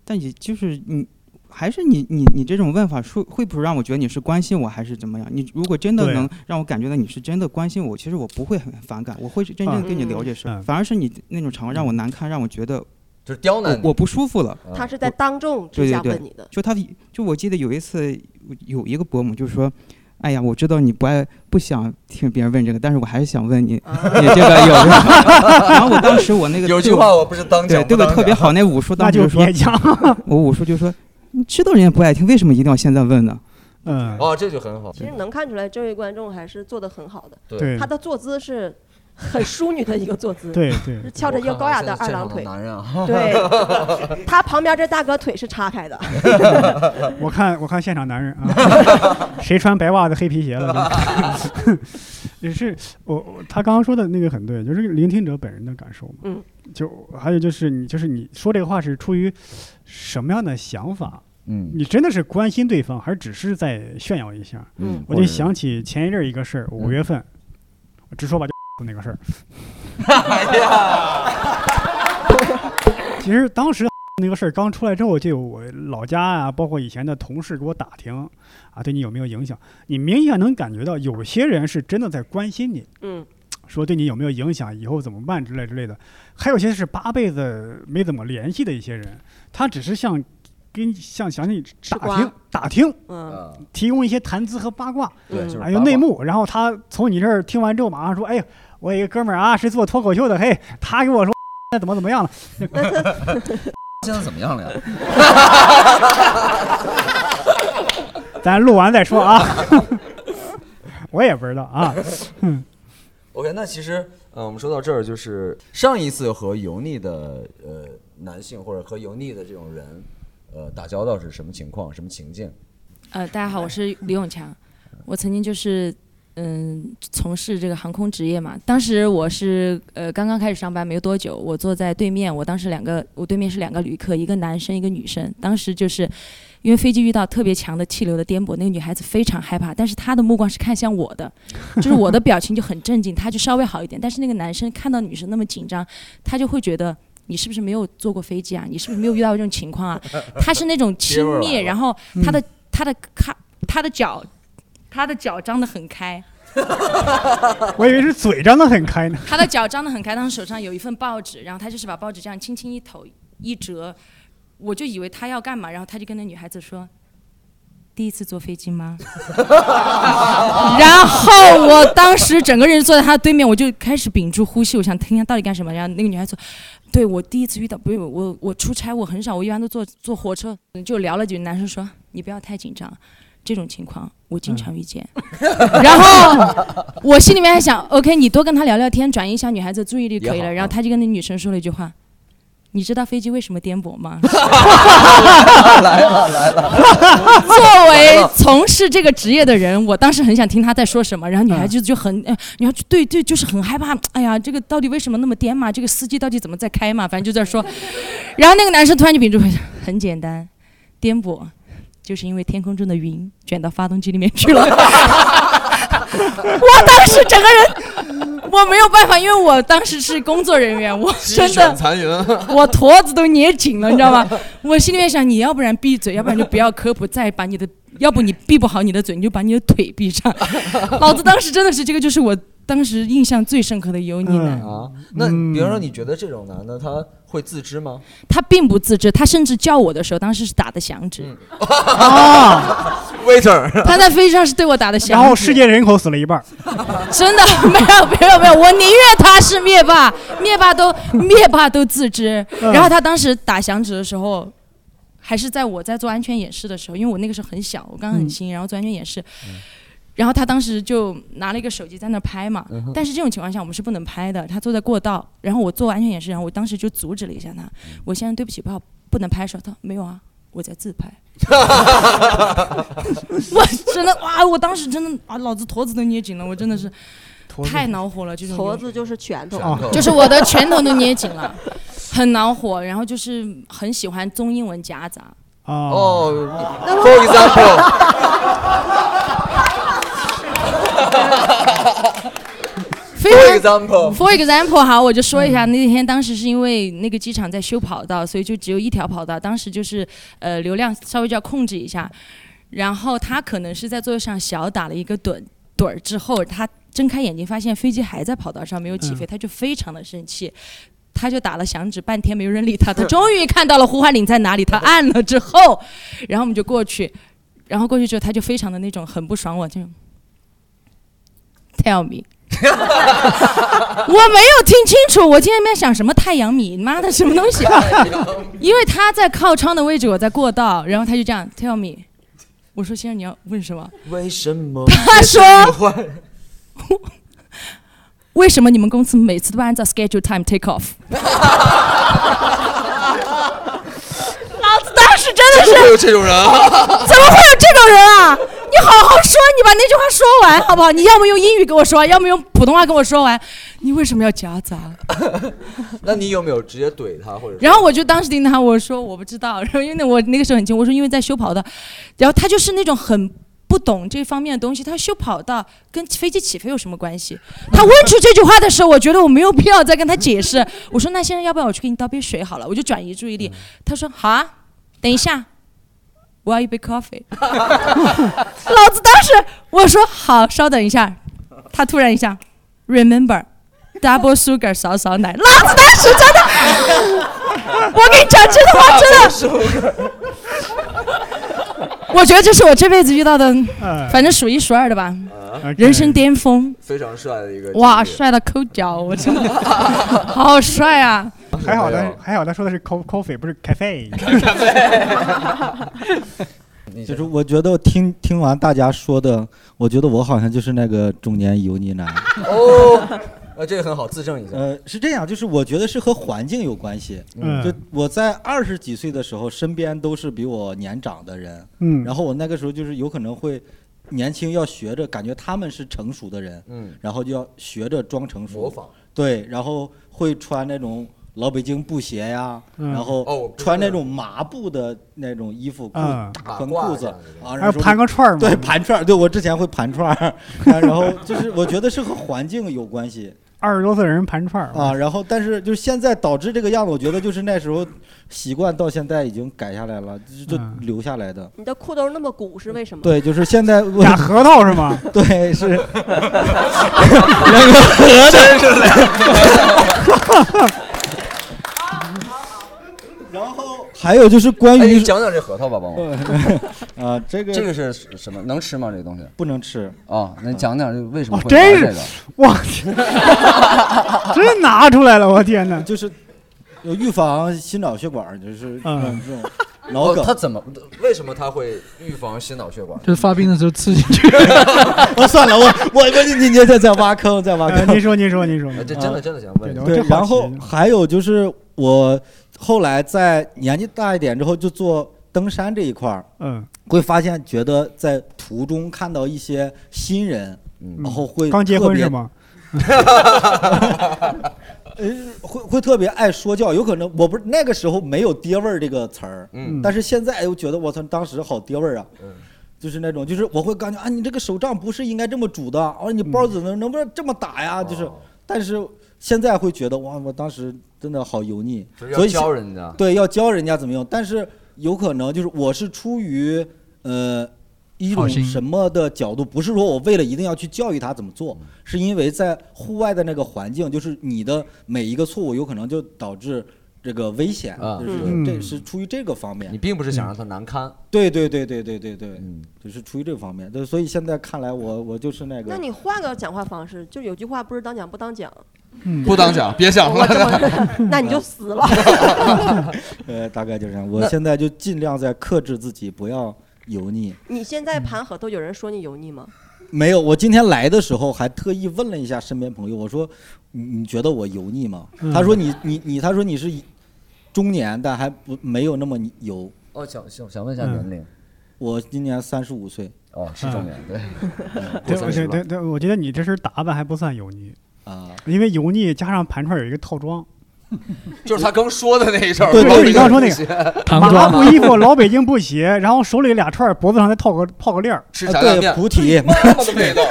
但也就是你，还是你你你这种问法说会不会让我觉得你是关心我还是怎么样？你如果真的
对啊
能让我感觉到你是真的关心我，其实我不会很反感，我会认真的跟你聊这事儿。
嗯嗯
反而是你那种场合让我难堪，让我觉得
就是刁
我
难你
我不舒服了。
嗯
他是在当众
对
之
对
下
对
问你的。
就他，就我记得有一次有一个伯母就说，哎呀，我知道你不爱不想听别人问这个，但是我还是想问你，
啊
你这个 有没有？然后我当时我那个
有句
对
话我不是当
对
讲，
对我特别好，那武术
那
当时
就
就说
别，讲。
我武术就说，你知道人家不爱听，为什么一定要现在问呢？
嗯，
哦，这就很 好。
其实能看出来这位观众还是做的很好的，
对
他的坐姿是很淑女的一个坐姿，
对对
是翘着一个高雅的二郎腿。
男人啊，
对， 他旁边这大哥腿是叉开的，
我看我看现场男人啊， 谁穿白袜子黑皮鞋了？也 是我我他刚刚说的那个很对，就是聆听者本人的感受嘛。
嗯，
就还有就是你就是你说这个话是出于什么样的想法？
嗯
你真的是关心对方，还是只是在炫耀一下？
嗯
我就想起前一阵儿一个事儿，五月份，我直说吧，就 那个事儿。
哎呀，
其实当时那个事儿刚出来之后，就有我老家啊，包括以前的同事给我打听，啊，对你有没有影响？你明显能感觉到，有些人是真的在关心你，
嗯，
说对你有没有影响，以后怎么办之类之类的。还有些是八辈子没怎么联系的一些人，他只是想跟你想想你打听
瓜
打听，
嗯，
啊
提供一些谈资和八卦，
对，就是
还有
八卦
内幕。然后他从你这儿听完之后，马上说：“哎呦，我有一个哥们儿啊，是做脱口秀的，嘿，他给我说那怎么怎么样了。”
现在怎么样了呀？
咱录完再说啊。 我也不知道啊，
OK，那其实，呃，我们说到这儿，就是上一次和油腻的呃男性或者和油腻的这种人，呃，打交道是什么情况、什么情境？
呃，大家好，我是李永强，我曾经就是嗯从事这个航空职业嘛，当时我是呃刚刚开始上班没有多久，我坐在对面，我当时两个我对面是两个旅客，一个男生一个女生，当时就是。因为飞机遇到特别强的气流的颠簸，那个女孩子非常害怕，但是她的目光是看向我的，就是我的表情就很镇静，她就稍微好一点。但是那个男生看到女生那么紧张，他就会觉得你是不是没有坐过飞机啊？你是不是没有遇到过这种情 况啊？他是那种轻
味儿来了
蔑，然后他的他的咔，他的脚，他的脚张得很开，
我以为是嘴张得很开呢。
他的脚张得很开，当时手上有一份报纸，然后他就是把报纸这样轻轻一抖一折，我就以为他要干嘛，然后他就跟那女孩子说。第一次坐飞机吗？ 然后我当时整个人坐在他对面，我就开始屏住呼吸，我想听他到底干什么。然后那个女孩子说：“对我第一次遇到，不是我我出差，我很少，我一般都坐坐火车。”就聊了几句，男生说：“你不要太紧张，这种情况我经常遇见。然后我心里面还想，OK，你多跟他聊聊天，转移一下女孩子的注意力可以
也好
了。
啊
然后他就跟那女生说了一句话：“你知道飞机为什么颠簸吗？”
啊
作为从事这个职业的人，我当时很想听他在说什么，然后女孩子就很，哎女孩就对对，就是很害怕。哎呀，这个到底为什么那么颠嘛？这个司机到底怎么在开嘛？反正就在说。然后那个男生突然就屏住呼吸，很简单，颠簸，就是因为天空中的云卷到发动机里面去了。我当时整个人，我没有办法，因为我当时是工作人员，我真的
残云，
我坨子都捏紧了，你知道吗？ 我心里面想，你要不然闭嘴，要不然就不要科普，再把你的， 要不你闭不好你的嘴，你就把你的腿闭上。 老子当时真的是，这个就是我当时印象最深刻的油腻男，
嗯，
啊，那
嗯
比方说，你觉得这种
嗯
男的他会自知吗？
他并不自知，他甚至叫我的时候，当时是打的响指，
嗯
啊，
waiter，
他在飞机上是对我打的响指。
然后世界人口死了一半儿，
真的没有没有没有，我宁愿他是灭霸，灭霸都灭霸都自知。
嗯
然后他当时打响指的时候，还是在我在做安全演示的时候，因为我那个时候很小，我刚刚很新，然后做安全演示。然后他当时就拿了一个手机在那拍嘛，但是这种情况下我们是不能拍的。他坐在过道，然后我做安全演示，然后我当时就阻止了一下他，我现在对不起，不好不能拍手。他说没有啊，我在自拍。 我真的哇！我当时真的啊，老子坨子都捏紧了，我真的是太恼火了，这种
头
有
子就是拳头，
啊
就是我的拳头都捏紧了，很恼火，然后就是很喜欢中英文夹 杂。
啊，
哦，for example，
非
For
常
example，
，for example，好，我就说一下，那天当时是因为那个机场在修跑道，所以就只有一条跑道，当时就是呃流量稍微就要控制一下，然后他可能是在座位上小打了一个盹盹儿之后，他睁开眼睛发现飞机还在跑道上没有起飞，他就非常的生气。他就打了响指，半天没有人理他。他终于看到了呼唤铃在哪里，他按了之后，然后我们就过去，然后过去之后他就非常的那种很不爽我，就 tell me。我没有听清楚，我今天在想什么太阳米，妈的什么东西？啊因为他在靠窗的位置，我在过道，然后他就这样 tell me，我说先生你要问什么？
为什么？
他说为什么你们公司每次都按照 schedule time take off？老子当时真的是
怎么会有这种人啊
怎么会有这种人啊？你好好说，你把那句话说完好不好？你要么用英语跟我说，要么用普通话跟我说完。你为什么要夹杂？
那你有没有直接怼他，或者
然后我就当时盯着他，我说我不知道。然后因为我那个时候很穷，我说因为在修跑道，然后他就是那种很不懂这方面的东西。他说修跑道跟飞机起飞有什么关系？他问出这句话的时候，我觉得我没有必要再跟他解释。我说那先生，要不要我去给你倒杯水好了？我就转移注意力。他说好啊，等一下，我要一杯 coffee。老子当时我说好，稍等一下。他突然一下，remember。Double sugar 少少奶，老子当时真的，我跟你讲，这他妈真的，我觉得这是我这辈子遇到的，反正数一数二的吧，
啊
人生巅峰，
非常帅的一个
哇，帅到抠脚，我真的好帅啊！
还好他还好他说的是 co coffee 不是 cafe。
就是我觉得听听完大家说的，我觉得我好像就是那个中年油腻男。
哦，呃，这个很好，自证一下。
呃，是这样，就是我觉得是和环境有关系。
嗯
就我在二十几岁的时候，身边都是比我年长的人。
嗯
然后我那个时候就是有可能会年轻要学着，感觉他们是成熟的人，
嗯
然后就要学着装成熟，
模仿。
对，然后会穿那种老北京布鞋呀，
嗯
然
哦我
后
不
穿那种麻布的那种衣服，裤
嗯
大宽裤子啊，然后
还有
说
盘个串儿嘛
对，盘串儿，对我之前会盘串儿，啊然后就是我觉得是和环境有关 系。
二十多岁的人盘串儿
啊，然后但是就是现在导致这个样子，我觉得就是那时候习惯到现在已经改下来了，就
嗯
就留下来的。
你的裤兜那么鼓是为什么？
对，就是现在
俩核桃是吗？
对， 是两个核桃，
真是 两
个。 还有就是关于
哎你讲讲这核桃吧，帮我。
啊，这个
这个是什么？能吃吗？这个东西
不能吃
哦。那你讲讲这个为什么
哦
会
真
玩
是
这个？
我天，真拿出来了，我天哪！
就是有预防心脑血管，就是
嗯
这 种脑梗。
哦他怎么？为什么他会预防心脑血管？
就是发病的时候吃进 去。
我啊算了，我我我你你再再挖坑，再挖
呃
坑。
您说，您说，您说。
哎
啊
这真的真的想问一下。
对，然后还有就是我后来在年纪大一点之后，就做登山这一块儿，
嗯，
会发现觉得在途中看到一些新人，
嗯
然后会
刚结
特
婚
别
是吗？
呃，会会特别爱说教，有可能我不是那个时候没有爹味儿这个词儿，
嗯
但是现在又觉得我操，当时好爹味儿啊，就是那种，就是我会感觉啊，你这个手杖不是应该这么拄的，啊，你包子能能不能这么打
哦
呀？就是，但是现在会觉得哇，我当时真的好油腻
就是，要
所以
教
现
人家
对，要教人家怎么用，但是有可能就是我是出于呃一
好
种
心
什么的角度，不是说我为了一定要去教育他怎么做，是因为在户外的那个环境，就是你的每一个错误有可能就导致这个危险，
啊
就是
嗯
这是出于这个方面。嗯
你并不是想让他难堪，嗯
对对对对对对对，就是出于这方面。对，所以现在看来我，我就是那个。
那你换个讲话方式，就有句话不是当讲不当讲，
嗯不当讲，别想
嗯我这么那你就死了。
呃，大概就是这样。
那
我现在就尽量在克制自己，不要油腻。
你现在盘核桃，有人说你油腻吗？
没有，我今天来的时候还特意问了一下身边朋友，我说：“你你觉得我油腻吗？”
嗯
他说你：“你你他说你是中年，但还不没有那么油。嗯
哦，想想想问一下年龄，
我今年三十五岁。
哦，是中年， 对
嗯，
对对对对，我觉得你这身打扮还不算油腻
啊，
因为油腻加上盘串儿有一个套装，
就是他刚说的那一阵儿。
对，
包
就是你
里
刚
有
说那
东西
个麻
啊
布衣服、老北京布鞋，然后手里俩串儿，脖子上再套个套个链儿，
吃炸酱面， 那么个味道。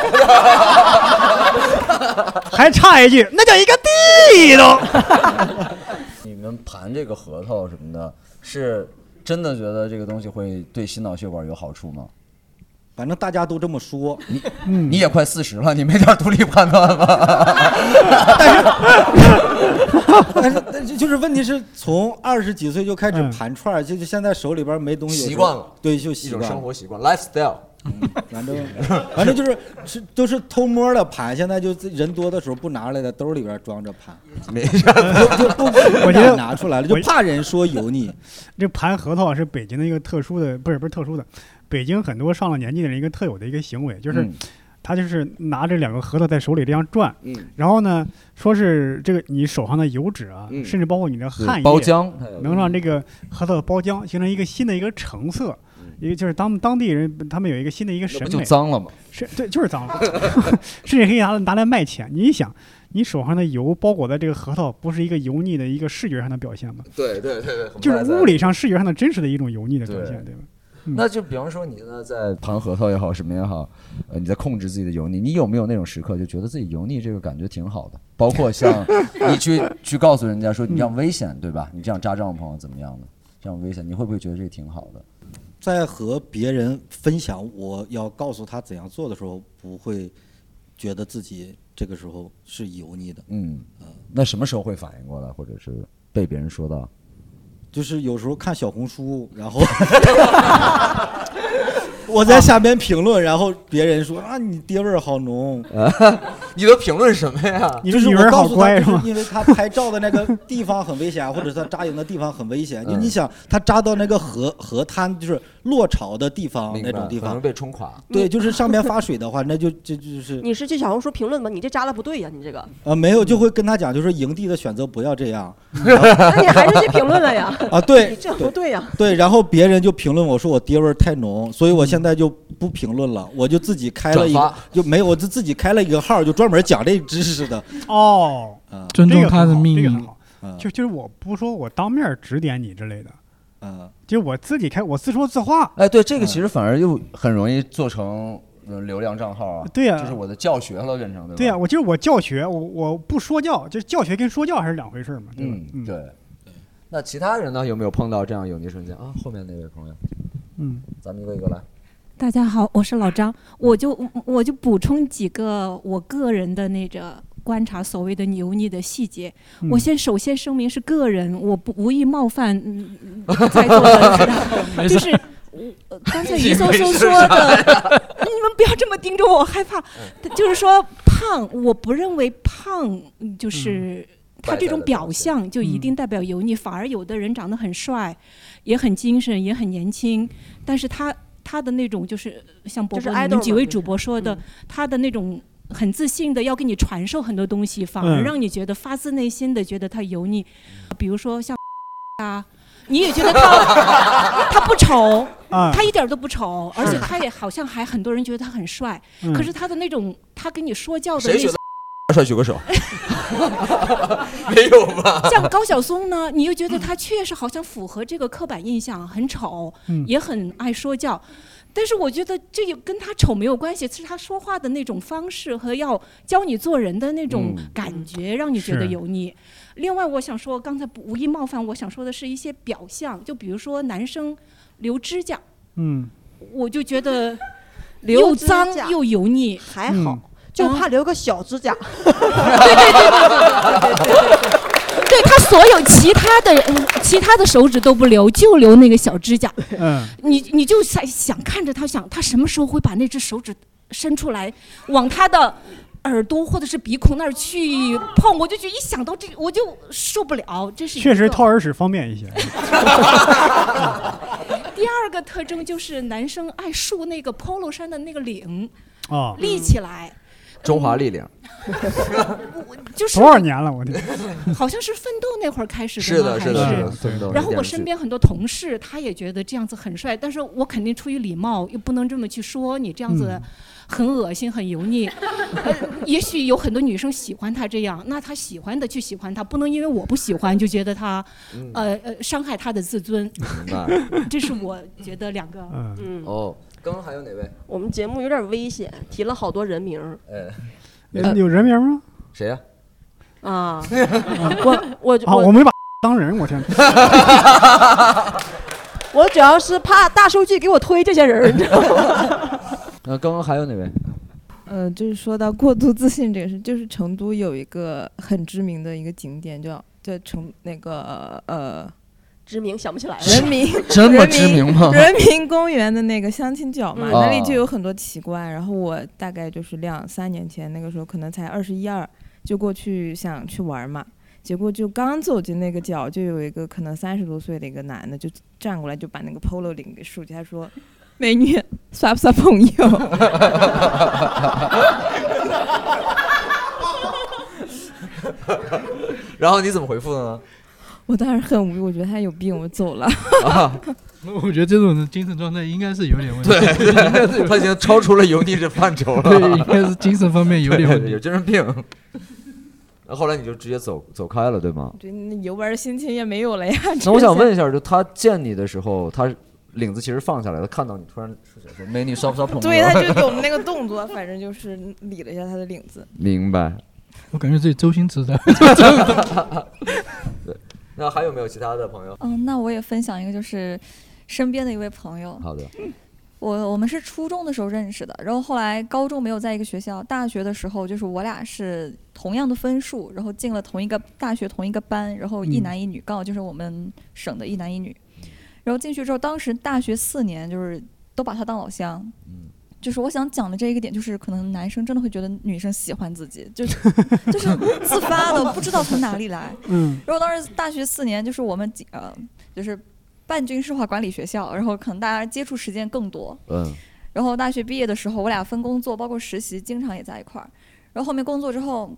还差一句，那叫一个地道。
你们盘这个核桃什么的，是真的觉得这个东西会对心脑血管有好处吗？
反正大家都这么说。
你、
嗯
你也快 四十了，你没点独立判断吗？
但是但是就是问题是从二十
嗯
几岁就开始盘串儿，就是现在手里边没东西，
习惯了
对，就习
一种
惯了嗯
生活习惯，lifestyle。
反正 反正就是是都是偷摸的盘，现在就自人多的时候不拿出来，在兜里边装着 盘，
没
就
事
就不
我
不
觉得
敢拿出来了，就怕人说油腻。
这盘核桃啊是北京的一个特殊的，不是不是特殊的，北京很多上了年纪的人一个特有的一个行为，就是
嗯
他就是拿着两个核桃在手里这样转
嗯，
然后呢，说是这个你手上的油脂啊，
嗯
甚至包括你的汗液，
包浆它有嗯
能让这个核桃包浆形成一个新的一个橙色。一个就是当当地人，他们有一个新的一个审
嗯不
美，
就脏了吗？
是，对，就是脏了， 甚至可以拿拿来卖钱。你一想，你手上的油包裹在这个核桃，不是一个油腻的一个视觉上的表现吗？
对对对对，很
就
快
是嗯
在
物理上、视觉上的真实的一种油腻的表现，对吧？
那就比方说你呢，在
盘核桃也好，什么也好，呃，你在控制自己的油腻，你有没有那种时刻就觉得自己油腻这个感觉挺好的？包括像你去去告诉人家说你这样危险，对吧？你这样扎帐篷怎么样的？这样危险，你会不会觉得这挺好的？
在和别人分享我要告诉他怎样做的时候，不会觉得自己这个时候是油腻的。
嗯，那什么时候会反应过来，或者是被别人说到？
就是有时候看小红书，然后 我在下边评论，然后别人说啊，你爹味儿好浓。
你都评论什么呀？
就是我告诉他，就是因
为
为他拍照的那个地方很危险，啊或者他扎营的地方很危险。就
嗯
你想，他扎到那个河河滩，就是落潮的地方
明白
那种地
可能
方
被冲垮。
对，
你
就是上面发水的话，那就这就是
你是去小红书评论吗？你这扎的不对呀、你这个，
啊，没有就会跟他讲，就是营地的选择不要这样。？
那你还是去评论了呀
啊对
你这不对呀、
对，然后别人就评论我说我爹味儿太浓，所以我现在就不评论了，我就自己开了一
转
个
发，
就没有，我就自己开了一个号，就专门讲这知识的。
哦，
啊，
尊重他的命
这个
运
很。好，就就是我不说我当面指点你之类的，
嗯，
就我自己开，我自说自话。
哎，对，这个其实反而又很容易做成呃流量账号啊。
对呀
就是我的教学了，变成对吧？
对呀、啊我就是我教学，我我不说教，就是教学跟说教还是两回事儿嘛，对吧？
嗯，对。
那其他人呢？有没有碰到这样油腻瞬间啊？后面那位朋友，
嗯，
咱们一个一个来。
大家好，我是老张，我就我就补充几个我个人的那个观察所谓的油腻的细节。
嗯
我先首先声明是个人，我不无意冒犯嗯 在座的
没
人，
事
就是我呃刚才
你
于松
没嗯
松
事
说的
啥呀，
你们不要这么盯着我，我害怕。就是说胖，我不认为胖嗯就是。他这种表象就一
嗯
定代表油腻，反而有的人长得很帅，也很精神，也很年轻，但是他他的那种就是像伯
就是
伯你
idol
们几
嘛
位
就是
主播说
嗯
的，他的那种很自信的要给你传授很多东西，反而
嗯
让你觉得发自内心的觉得他油腻，
嗯
比如说像 啊，你也觉得他 他不丑，
嗯
啊
他一点儿都不丑，而
是
且他也好像还很多人觉得他很帅，
嗯
可是他的那种他跟你说教的
谁
那
觉
些
得帅？举个手。 没有 吧？
像高晓松呢，你又觉得他确实好像符合这个刻板印象，很丑，
嗯
也很爱说教。但是我觉得这也跟他丑没有关系，是他说话的那种方式和要教你做人的那种
嗯
感觉，让你觉得
是
油腻。另外，我想说，刚才不无意冒犯，我想说的是一些表象，就比如说男生留指甲，
嗯，
我就觉得
留
又
指
脏
甲
又油腻，嗯
还好，就怕留个小 指甲。
对他所有其他的嗯其他的手指都不留，就留那个小指甲。
嗯，
你你就在想看着他想，他什么时候会把那只手指伸出来，往他的耳朵或者是鼻孔那儿去碰？我就觉得一想到这个，我就受不了。这是一
确实
个
掏耳屎方便一些。
第二个特征就是男生爱束那个 polo 衫的那个领，
哦
啊
立起 来，
中华力量。嗯
就是
多少年了，我的
好像是奋斗那会儿开始
是
吗
的，
还
是的，是的，嗯奋斗
然后
一点
我
是
身边很多同事，他也觉得这样子很帅，但是我肯定出于礼貌，又不能这么去说你这样子
嗯
很恶心、很油腻。 呃也许有很多女生喜欢他这样，那他喜欢的去喜欢他，不能因为我不喜欢就觉得他，呃呃伤害他的自尊。
嗯白
这是我觉得两个。
嗯，
哦，刚刚还有哪位？
我们节目有点危险，提了好多人名儿
哎，
有有人名吗？
谁呀？
啊。我我
啊，我没把 当人，我天。
我主要是怕大数据给我推这些人儿，你知道吗？
那刚刚还有哪位？
呃，就是说到过度自信这个事，就是成都有一个很知名的一个景点，叫叫成那个呃
知名想不起来了。
人民
这么知名吗
人民公园的那个相亲角嘛，
嗯
那里就有很多奇观。然后我大概就是两三年前那个时候，可能才二十一二，就过去想去玩嘛。结果就刚走进那个角，就有一个可能三十多岁的一个男的，就站过来就把那个 polo 领给竖起，他说：“美女， 算不算朋 友？”
然后你怎么回复的呢？
我当时很无语，我觉得他有病，我走了。
我觉得这种人精神状态应该是有点问题，
啊对，他已经超出了油腻这范畴了，
对，应该是精神方面有 点问题
有。精神病。那后来你就直接走走开了，对吗？
对，那游玩的心情也没有了呀。
那我想问一下，就他见你的时候，他领子其实放下来了，他看到你突然出现说：“美女，烧不烧朋友？”
对，他就有那个动作，反正就是理了一下他的领子。
明白。
我感觉自己周星驰的。
对， 那还有没有其他的朋友？
嗯，那我也分享一个，就是身边的一位朋友。
好的，
我我们是初中的时候认识的，然后后来高中没有在一个学校，大学的时候就是我俩是同样的分数，然后进了同一个大学同一个班，然后一
嗯
男一女，刚好就是我们省的一男一女。然后进去之后，当时大学四年就是都把他当老乡。
嗯
就是我想讲的这一个点，就是可能男生真的会觉得女生喜欢自 己，就是就是自发的，不知道从哪里来。
嗯
然后当时大学四年，就是我们几呃，就是半军事化管理学校，然后可能大家接触时间更多。
嗯，
然后大学毕业的时候，我俩分工作，包括实习，经常也在一块儿。然后后面工作之后，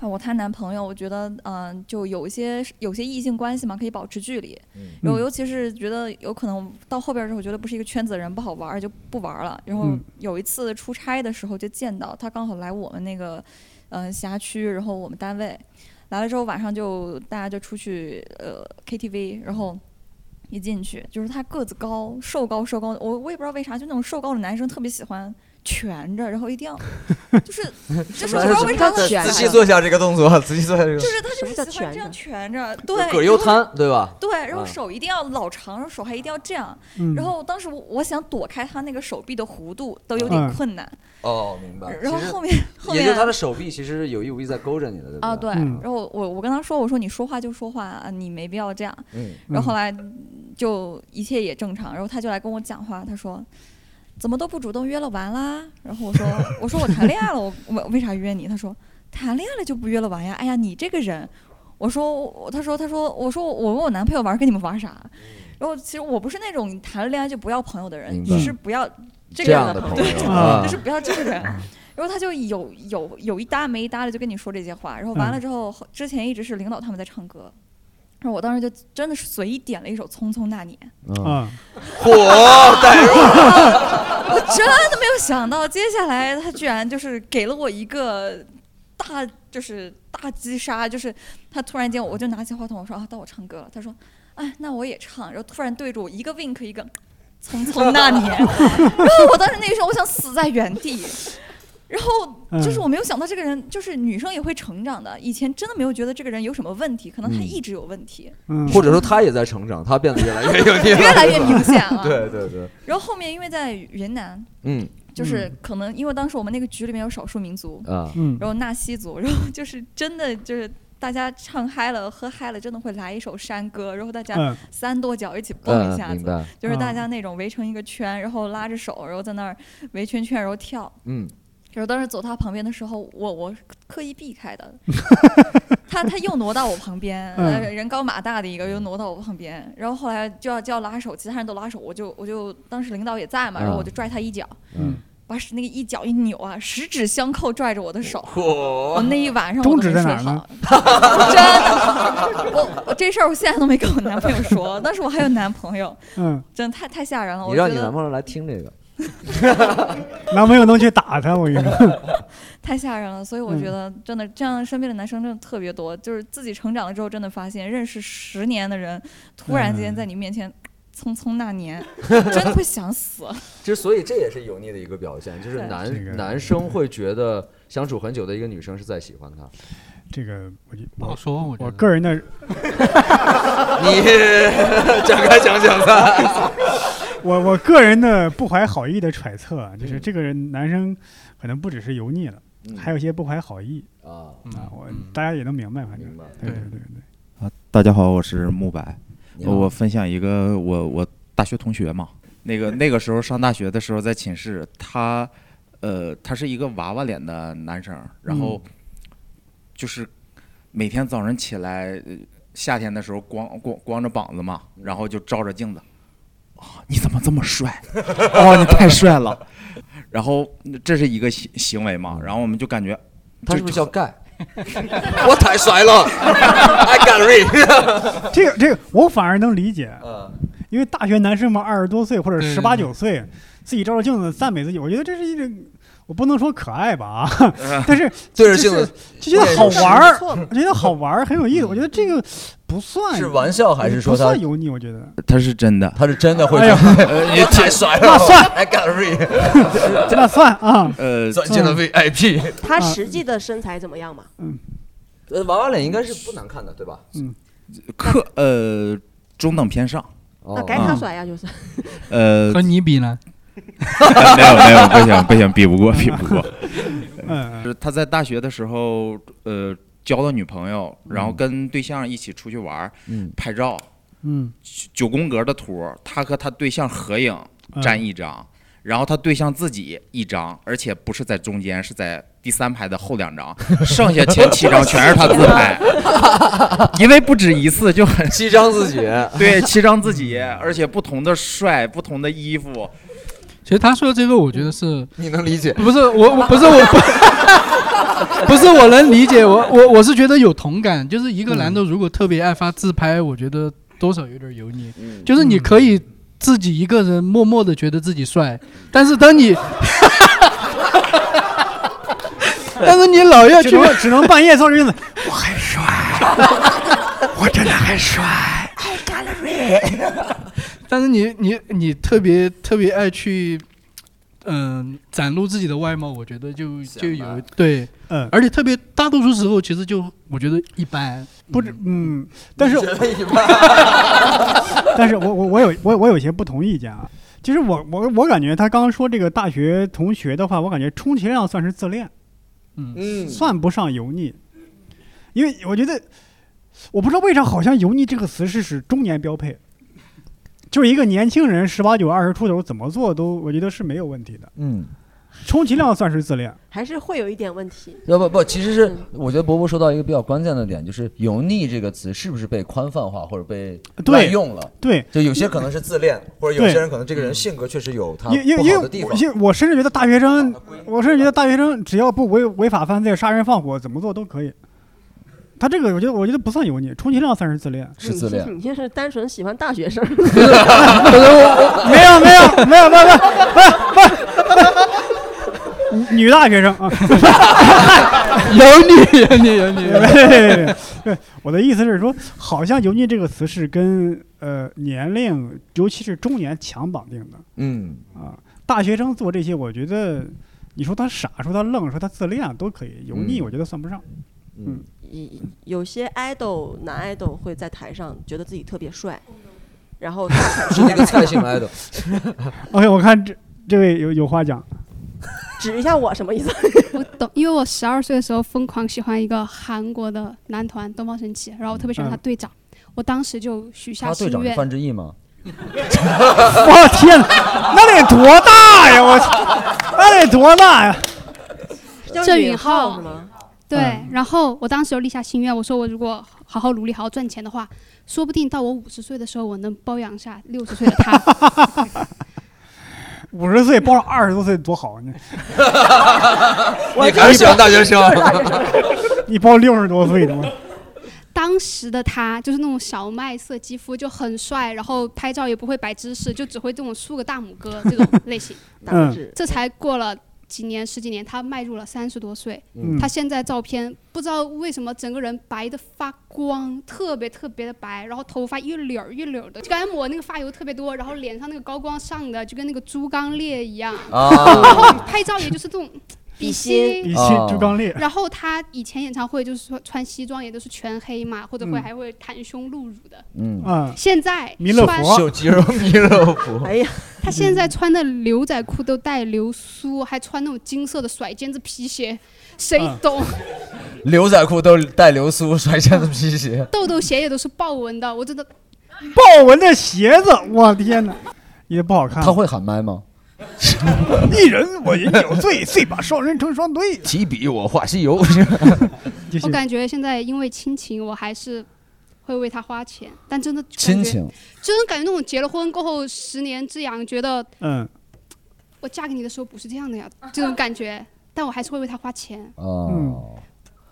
啊，我谈男朋友，我觉得嗯、呃就有一些有些异性关系嘛，可以保持距离。然
嗯
后尤其是觉得有可能到后边儿之后，觉得不是一个圈子的人，不好玩儿就不玩儿了。然后
嗯
有一次出差的时候就见到他，刚好来我们那个嗯、呃辖区，然后我们单位来了之后，晚上就大家就出去呃 KTV，然后。一进去就是他个子高，瘦高瘦高，我我也不知道为啥，就那种瘦高的男生特别喜欢蜷着，然后一 定要就是就是我不知道为啥他
仔细做一下这个动作，仔细做一下这个。
就是他就是喜欢这样蜷着，对，
葛优
然后
瘫，对吧？
对，然后
啊
手一定要老长，然后手还一定要这样。
嗯
然后当时我我想躲开他那个手臂的弧度都有
嗯
点困难。
哦，明白。
然后
其实
后面后
也
面
就是他的手臂其实有意无意在勾着你的，对不对？
啊，对，然后我我跟他说，我说你说话就说话，啊你没必要这样。
嗯
然后后来就一切也正常，然后他就来跟我讲话，他说怎么都不主动约了玩啦？然后我说我说我谈恋爱了，我我为啥约你？他说谈恋爱了就不约了玩呀？哎呀，你这个人，我说我他说他说我说我问我男朋友玩跟你们玩啥？然后其实我不是那种谈了恋爱就不要朋友的人，
明
只
白
是不要这
这
个
样
人的
的
朋
朋
友，
友
对
啊
就是不要这个人。然后他就有有有一搭没一搭的就跟你说这些话，然后完了之后，后之前一直是领导他们在唱歌，然后我当时就真的是随意点了一首《匆匆那年》，
啊，
火带 入，
我真的没有想到，接下来他居然就是给了我一个大就是大击杀，就是他突然间我就拿起话筒我说啊，到我唱歌了，他说哎那我也唱，然后突然对着我一个 wink 一个匆匆那年，然后我当时那一瞬我想死在原地。然后就是我没有想到这个人，就是女生也会成长的。以前真的没有觉得这个人有什么问题，可能他
嗯
一直有问题。
或者说他也在成长，他变得越来越有 力了，
越来越明显 了
对对对，
然后后面因为在云南，
嗯，
就是可能因为当时我们那个局里面有少数民族
啊嗯
然后纳西族， 然后就是真的就是大家唱嗨了、喝嗨了，真的会来一首山歌，然后大家
嗯
三跺脚一起蹦一
嗯
下
明
子，
白
就是大家那种围成一个
啊
圈，然后拉着手，然后在那儿围圈圈，然后跳。
嗯，
然后当时走他旁边的时候，我我刻意避 开的，他他又挪到我旁边，呃
嗯
人高马大的一个又挪到我旁边，然后后来就要就要拉手，其他人都拉手，我就我就当时领导也在嘛，然后我就
嗯
拽他一脚，
嗯，
把那个一脚一扭啊，十指相扣拽着我的手，哦
我
那一晚上我
中
都
指
没
在
睡
哪儿
好，
呢？
真的，我我哦这事儿我现在都没跟我男朋友说， 但是我还有男朋友，
嗯，
真的太太吓人了，
你
我觉
让嗯你男
得
朋友来听 这个，
男朋友能去打他，我跟你说。
太吓人了，所以
嗯
我觉得真的这样身边的男生真的特别多，就是自己成长了之后，真的发现认识十年的人，突
嗯
然间在你面前。匆匆那年，真的会想死。
其实，所以这也是油腻的一个表现，就是
对
这个
男男生会觉得相处很久的一个女生是在喜欢他。
这个我就
不好说，我
我个人 的，
你 展开讲讲看。
我我个人的不怀好意的揣测啊，
嗯
就是这个人男生可能不只是油腻了，还有一些不怀好意
啊
嗯
啊，我大家也能明白，反正对对对对，
啊，大家好，我是慕白。
你好
我分享一个我我大学同学嘛，那个那个时候上大学的时候在寝室，他呃他是一个娃娃脸的男生，然后就是每天早上起来，呃夏天的时候光光光着膀子嘛，然后就照着镜子，啊、你怎么这么帅？哦，你 太帅了。 然后这是一个行行为嘛，然后我们就感觉
他是不是 叫
盖？
我太帅了，I got it。
这个这个我反而能理解，
嗯
因为大学男生嘛，二十多岁或者十八九岁，自己照照镜子赞美自己，我觉得这是一种。我不能说可爱吧，
嗯
啊， 但是
对着
就
镜
是
子
就觉得好玩
对
儿
不错，
觉得好玩儿很有意思。我觉得这个不算
是玩 笑还是说
不
他
算油腻？我觉得
他是真的，
他是真的会
哎
说
呀，
呃你太帅了，
那算
I got it。
那算啊，
呃，
钻进 了 VIP。
他实际的身材怎么样嘛？
呃，娃娃脸应该是不难看的，对吧？
嗯，。
课呃中等偏上。啊
那该他帅呀，就是。
呃，
和你比呢？
没有没有，不行不行，比不过比不过嗯，是他在大学的时候，呃，交了女朋友，然后
嗯
跟对象一起出去玩儿，
嗯
拍照，
嗯
九九宫格的图，他和他对象合影
嗯
占一张，然后他对象自己一张，而且不是在中间，是在第三排的后两张，剩下前七张全是他自拍， 因为不止一次就很
七张自己
对，七张自己，而且不同的帅，不同的衣服，
其实他说这个，我觉得是
嗯你能理解？
不是我，我不是我不， 不是我能理解。我我我是觉得有同感，就是一个男的如果特别爱发自拍，我觉得多少有点油腻。
嗯
就是你可以自己一个人默默的觉得自己帅，但是当你， 但是你老要去
只能只能半夜照镜子，
我很帅，
我真的很帅。
但是你你你特别特别爱去，嗯、展露自己的外貌，我觉得就就有对，
嗯
而且特别大多数时候其实就我觉得一般，
不止嗯，但是
你觉得一般
但是我我我有我我有些不同意见啊。其实我我我感觉他刚刚说这个大学同学的话，我感觉充其量算是自恋，
嗯
算不上油腻，因为我觉得我不知道为啥好像油腻这个词是使中年标配，就是一个年轻人十八九二十出头怎么做都我觉得是没有问题的，
嗯，
充其量算是自恋，
还是会有一点问题。
要不不，其实是我觉得伯伯说到一个比较关键的点，就是“油腻”这个词是不是被宽泛化或者被
对
滥用了？
对
就有些可能是自恋，或者有
对嗯
些人可能这个人性格确实有他
因因
不
因
好
为
的地
我
方。
因为我甚至觉得大学生，我甚至觉得大学生只要不违违法犯罪、杀人放火，怎么做都可以。他这个我觉得我觉得不算油腻，充其量算是自恋，
你这是单纯喜欢大学生。
没有没有没有没有没有没有没有，女大学生 啊，
有你有你有你，
对，我的意思是说，好像“油腻”这个词是跟呃年龄，尤其是中年强绑定的。
嗯
啊，大学生做这些，我觉得你说他傻，说他愣，说他自恋都可以，油腻
嗯
我觉得算不上。嗯，
一 有些 idol 男 idol 会在台上觉得自己特别帅，然后大喊
是那个蔡姓
idol，
idol，
OK，我看这这位有有话讲，
指一下我什么意思？
我懂，因为我十二岁的时候疯狂喜欢一个韩国的男团东方神起，然后我特别喜欢他
嗯
队长，我当时就许下
他
心
队长是
愿。
范志毅吗？
我天哪，那得多大呀！我操，那得多大呀！
郑
允
允浩对，
嗯
然后我当时有立下心愿，我说我如果好好努力、好好赚钱的话，说不定到我五十岁的时候，我能包养下六十岁的 他。
五十岁包了二十多岁多好呢！啊
你还是喜欢大学生？啊
你包六十多岁的吗？。
当时的他就是那种小麦色肌肤，就很帅，然后拍照也不会摆姿势，就只会这种竖个大拇哥这种类型
大拇指
这才过了几年十几年，他迈入了三十多岁，
嗯
他现在照 片不知道为什么整个人白的发光，特别特别的白，然后头发一绺儿一绺儿的，干抹那个发油特别多，然后脸上那个高光上的就跟那个猪刚鬣一样，
啊
然后拍照也就是这种。
比
心，
心比心哦猪刚鬣
然后他以前演唱会就是说穿西装也都是全黑嘛，或者会
嗯
还会袒胸露乳的。
嗯
啊
现在
弥 勒
穿
佛
秀肌肉弥勒 佛。
哎呀，
他现在穿的牛仔裤都带流苏，还穿那种金色的甩尖子皮鞋，谁
啊
嗯
懂？
牛仔裤都带流苏，甩下的皮鞋。
豆豆鞋也都是豹纹的，我真的
豹纹的鞋子，我天哪，也不好看。他
会喊麦吗？
一人我饮酒醉，醉把双人成双对。
提笔我画西 游。
我感觉现在因为亲情，我还是会为他花钱，但真的感觉
亲情，
真的感觉那种结了婚过后十年之痒，觉得
嗯
我嫁给你的时候不是这样的呀，这种感觉，但我还是会为他花钱。
嗯
哦，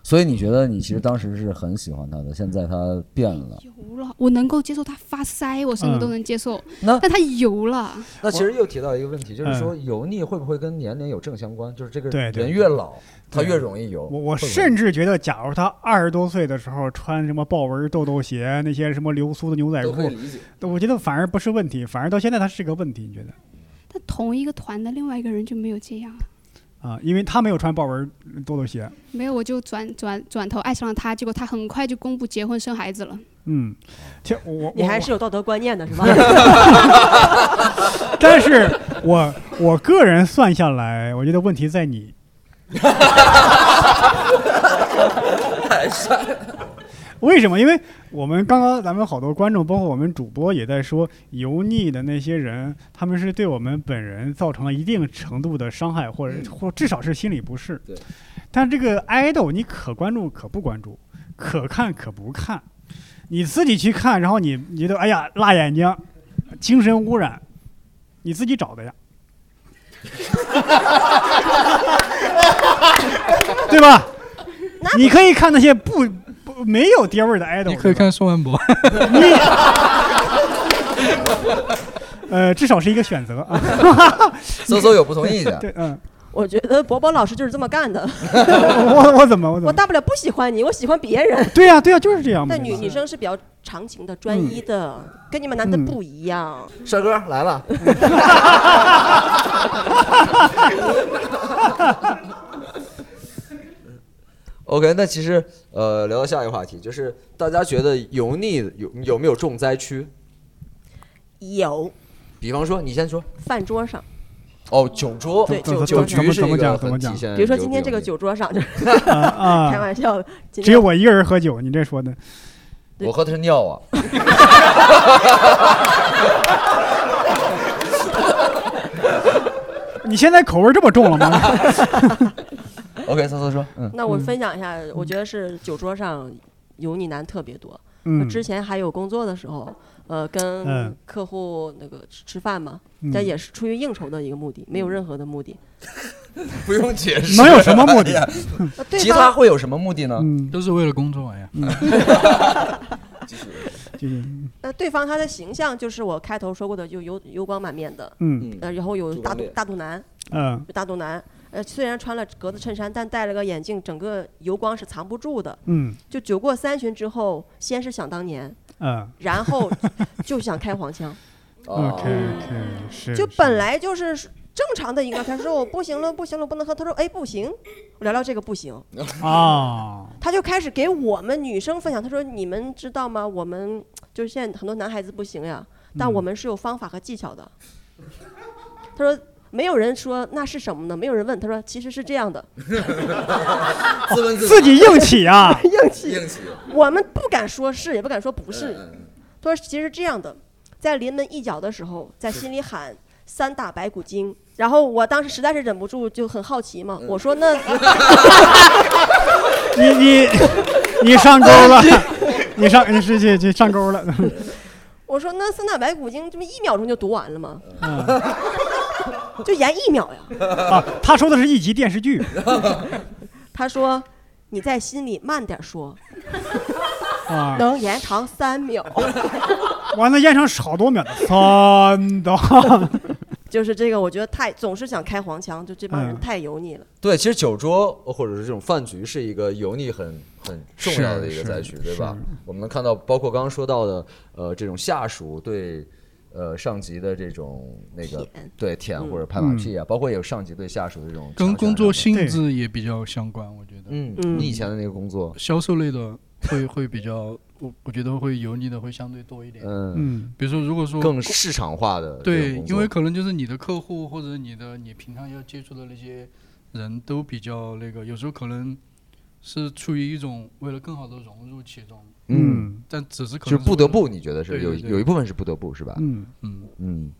所以你觉得你其实当时是很喜欢他的，现在他变了。
油了，我能够接受他发腮，我甚至都能接受，
那
但他油了。
那其实又提到一个问题，就是说油腻会不会跟年龄有正相关？就是这个
嗯对对
人越老，他
对
越容易油。
我我
会不会
甚至觉得，假如他二十多岁的时候穿什么豹纹豆豆鞋，那些什么流苏的牛仔
都可以
裤
理解，
我觉得反而不是问题，反而到现在它是个问题。你觉得
但同一个团的另外一个人就没有这样，
啊？因为他没有穿豹纹豆豆鞋，
没有我就转转转头爱上了他，结果他很快就公布结婚生孩子了。
嗯，
哦
其实我
你
我
还是有道德观念的，是吧？
但是我我个人算下来，我觉得问题在你。
太帅
为什么？因为我们刚刚咱们好多观众，包括我们主播也在说，油腻的那些人，他们是对我们本人造成了一定程度的伤害，或者或至少是心理不适。
对。
但这个爱豆，你可关注可不关注，可看可不看，你自己去看，然后你你觉得哎呀辣眼睛，精神污染，你自己找的呀，
啊
对吧？你可以看那些不不没有爹味儿的 idol，
你可以看宋文博，
呃，至少是一个选择啊。
搜搜有不同意见
对，嗯，
我觉得博博老师就是这么干的。
我我怎么我怎
我
么？
大不了不喜欢你，我喜欢别人。
对呀、对呀、就是这样嘛。
但女女生是比较长情的、专一的，
嗯
跟你们男的不一 样。
帅哥来 了，OK，那其实呃，聊到下一个话题，就是大家觉得油腻有有没有重灾区？
有
比方说，你先说
饭桌上，
哦，酒桌，
对
酒
酒
酒
桌
局是
怎
一
么
个
讲怎
很
么
体
讲
现。
比如说今天这个酒桌上，就是
啊
开玩笑的，今天
只有我一个人喝酒，你这说的。
我喝的是尿啊。
你现在口味这么重 了 吗？
OK，搜搜说，嗯，
那我分享一下，我觉得是酒桌上油腻男特别多。
嗯
我之前还有工作的时候，呃，跟
嗯
客户那个吃吃饭嘛，
嗯
但也是出于应酬的一个目的，没有任何的目的。
不用解释，
能有什么目的啊
哎呀
呃 对
其
方
他会有什么目的呢？
嗯
都是为了工作呀。
就是
那对方他的形象就是我开头说过的，就油油光满面的，
嗯
呃，然后有大肚
脸
大肚腩，
嗯
有大肚腩，呃，虽然穿了格子衬衫，但戴了个眼镜，整个油光是藏不住的。
嗯
就酒过三巡之后，先是想当年，
嗯
然后就想开黄腔，
哦
，OK OK，是
就本来就是正常的一个，他说我不行了，不行了，我不能喝。他说哎不行，我聊聊这个不行，
啊，
他就开始给我们女生分享，他说你们知道吗？我们就是现在很多男孩子不行呀，
嗯
但我们是有方法和技巧的。他说没有人说那是什么呢？没有人问，他说其实是这样的。
自问自答
自己硬起啊
硬气，
硬气。
我们不敢说是，也不敢说不
嗯
是。他说其实是这样的，在临门一脚的时候，在心里喊三打白骨精，然后我当时实在是忍不住，就很好奇
嗯
嘛，我说那
你你 你上 钩了， 你上你是去去上钩了。
我说那三打白骨精这么一秒钟就读完了吗？
嗯
就延一秒呀。
啊，他说的是一集电视剧。
他说你在心里慢点说，
啊，
能延长三秒。
完了，验上好多秒的三刀。
就是这个，我觉得太总是想开黄腔，就这帮人
嗯
太油腻了。
对，其实酒桌或者是这种饭局是一个油腻很很重要的一个灾区，
是
对吧
是？
我们能看到，包括刚刚说到的，呃，这种下属对呃上级的这种那个对舔
嗯
或者拍马
嗯
屁啊，包括也有上级对下属的这种
跟
强
工
权
作
上
性质也比较相关，我觉得。
嗯你以前的那个工
嗯
作，
销售类的会 会比较，我我觉得会油腻的会相对多一点。
嗯
嗯
比如说如果说
更市场化的这种
对
工，作
因为可能就是你的客户或者你的你平常要接触的那些人都比较那个，有时候可能是出于一种为了更好的融入其中。
嗯
但只是可
就
能
是不得不，
为了
你觉得是
对
有
对对
有一部分是不得不是吧？
嗯
嗯嗯，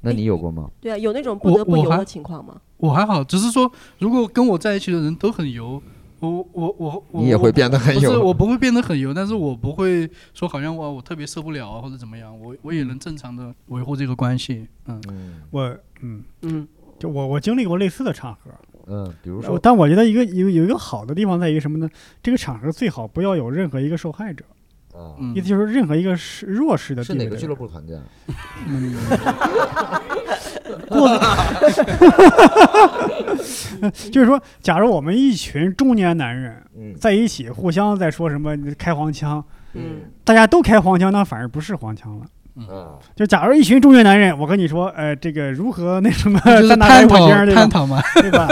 那你有过吗？
对啊，有那种不
我
得不
我
游
还
的情况吗？
我还好，只是说如果跟我在一起的人都很油，我我我我
你也会变得很油
不是，我不会变得很油，但是我不会说好像我我特别受不了啊或者怎么样，我我也能正常的维护这个关系。嗯
我嗯
嗯，
就我我经历过类似的场合，
嗯，比如
呃
说，
但我觉得一个有有一个好的地方在于什么呢？这个场合最好不要有任何一个受害者，
嗯
意思就是任何一个是弱势的
是
地位
哪个
的
俱
人
乐部团建？啊
嗯过呃 就是说，假如我们一群中年男人在一起，互相在说什么开黄腔，
嗯，
大家都开黄腔，那反而不是黄腔了。
嗯，
就假如一群中年男人，我跟你说，呃，这个如何那什么
那 就是
三打白
探
骨
讨
精儿，对吧
探讨嘛
对吧？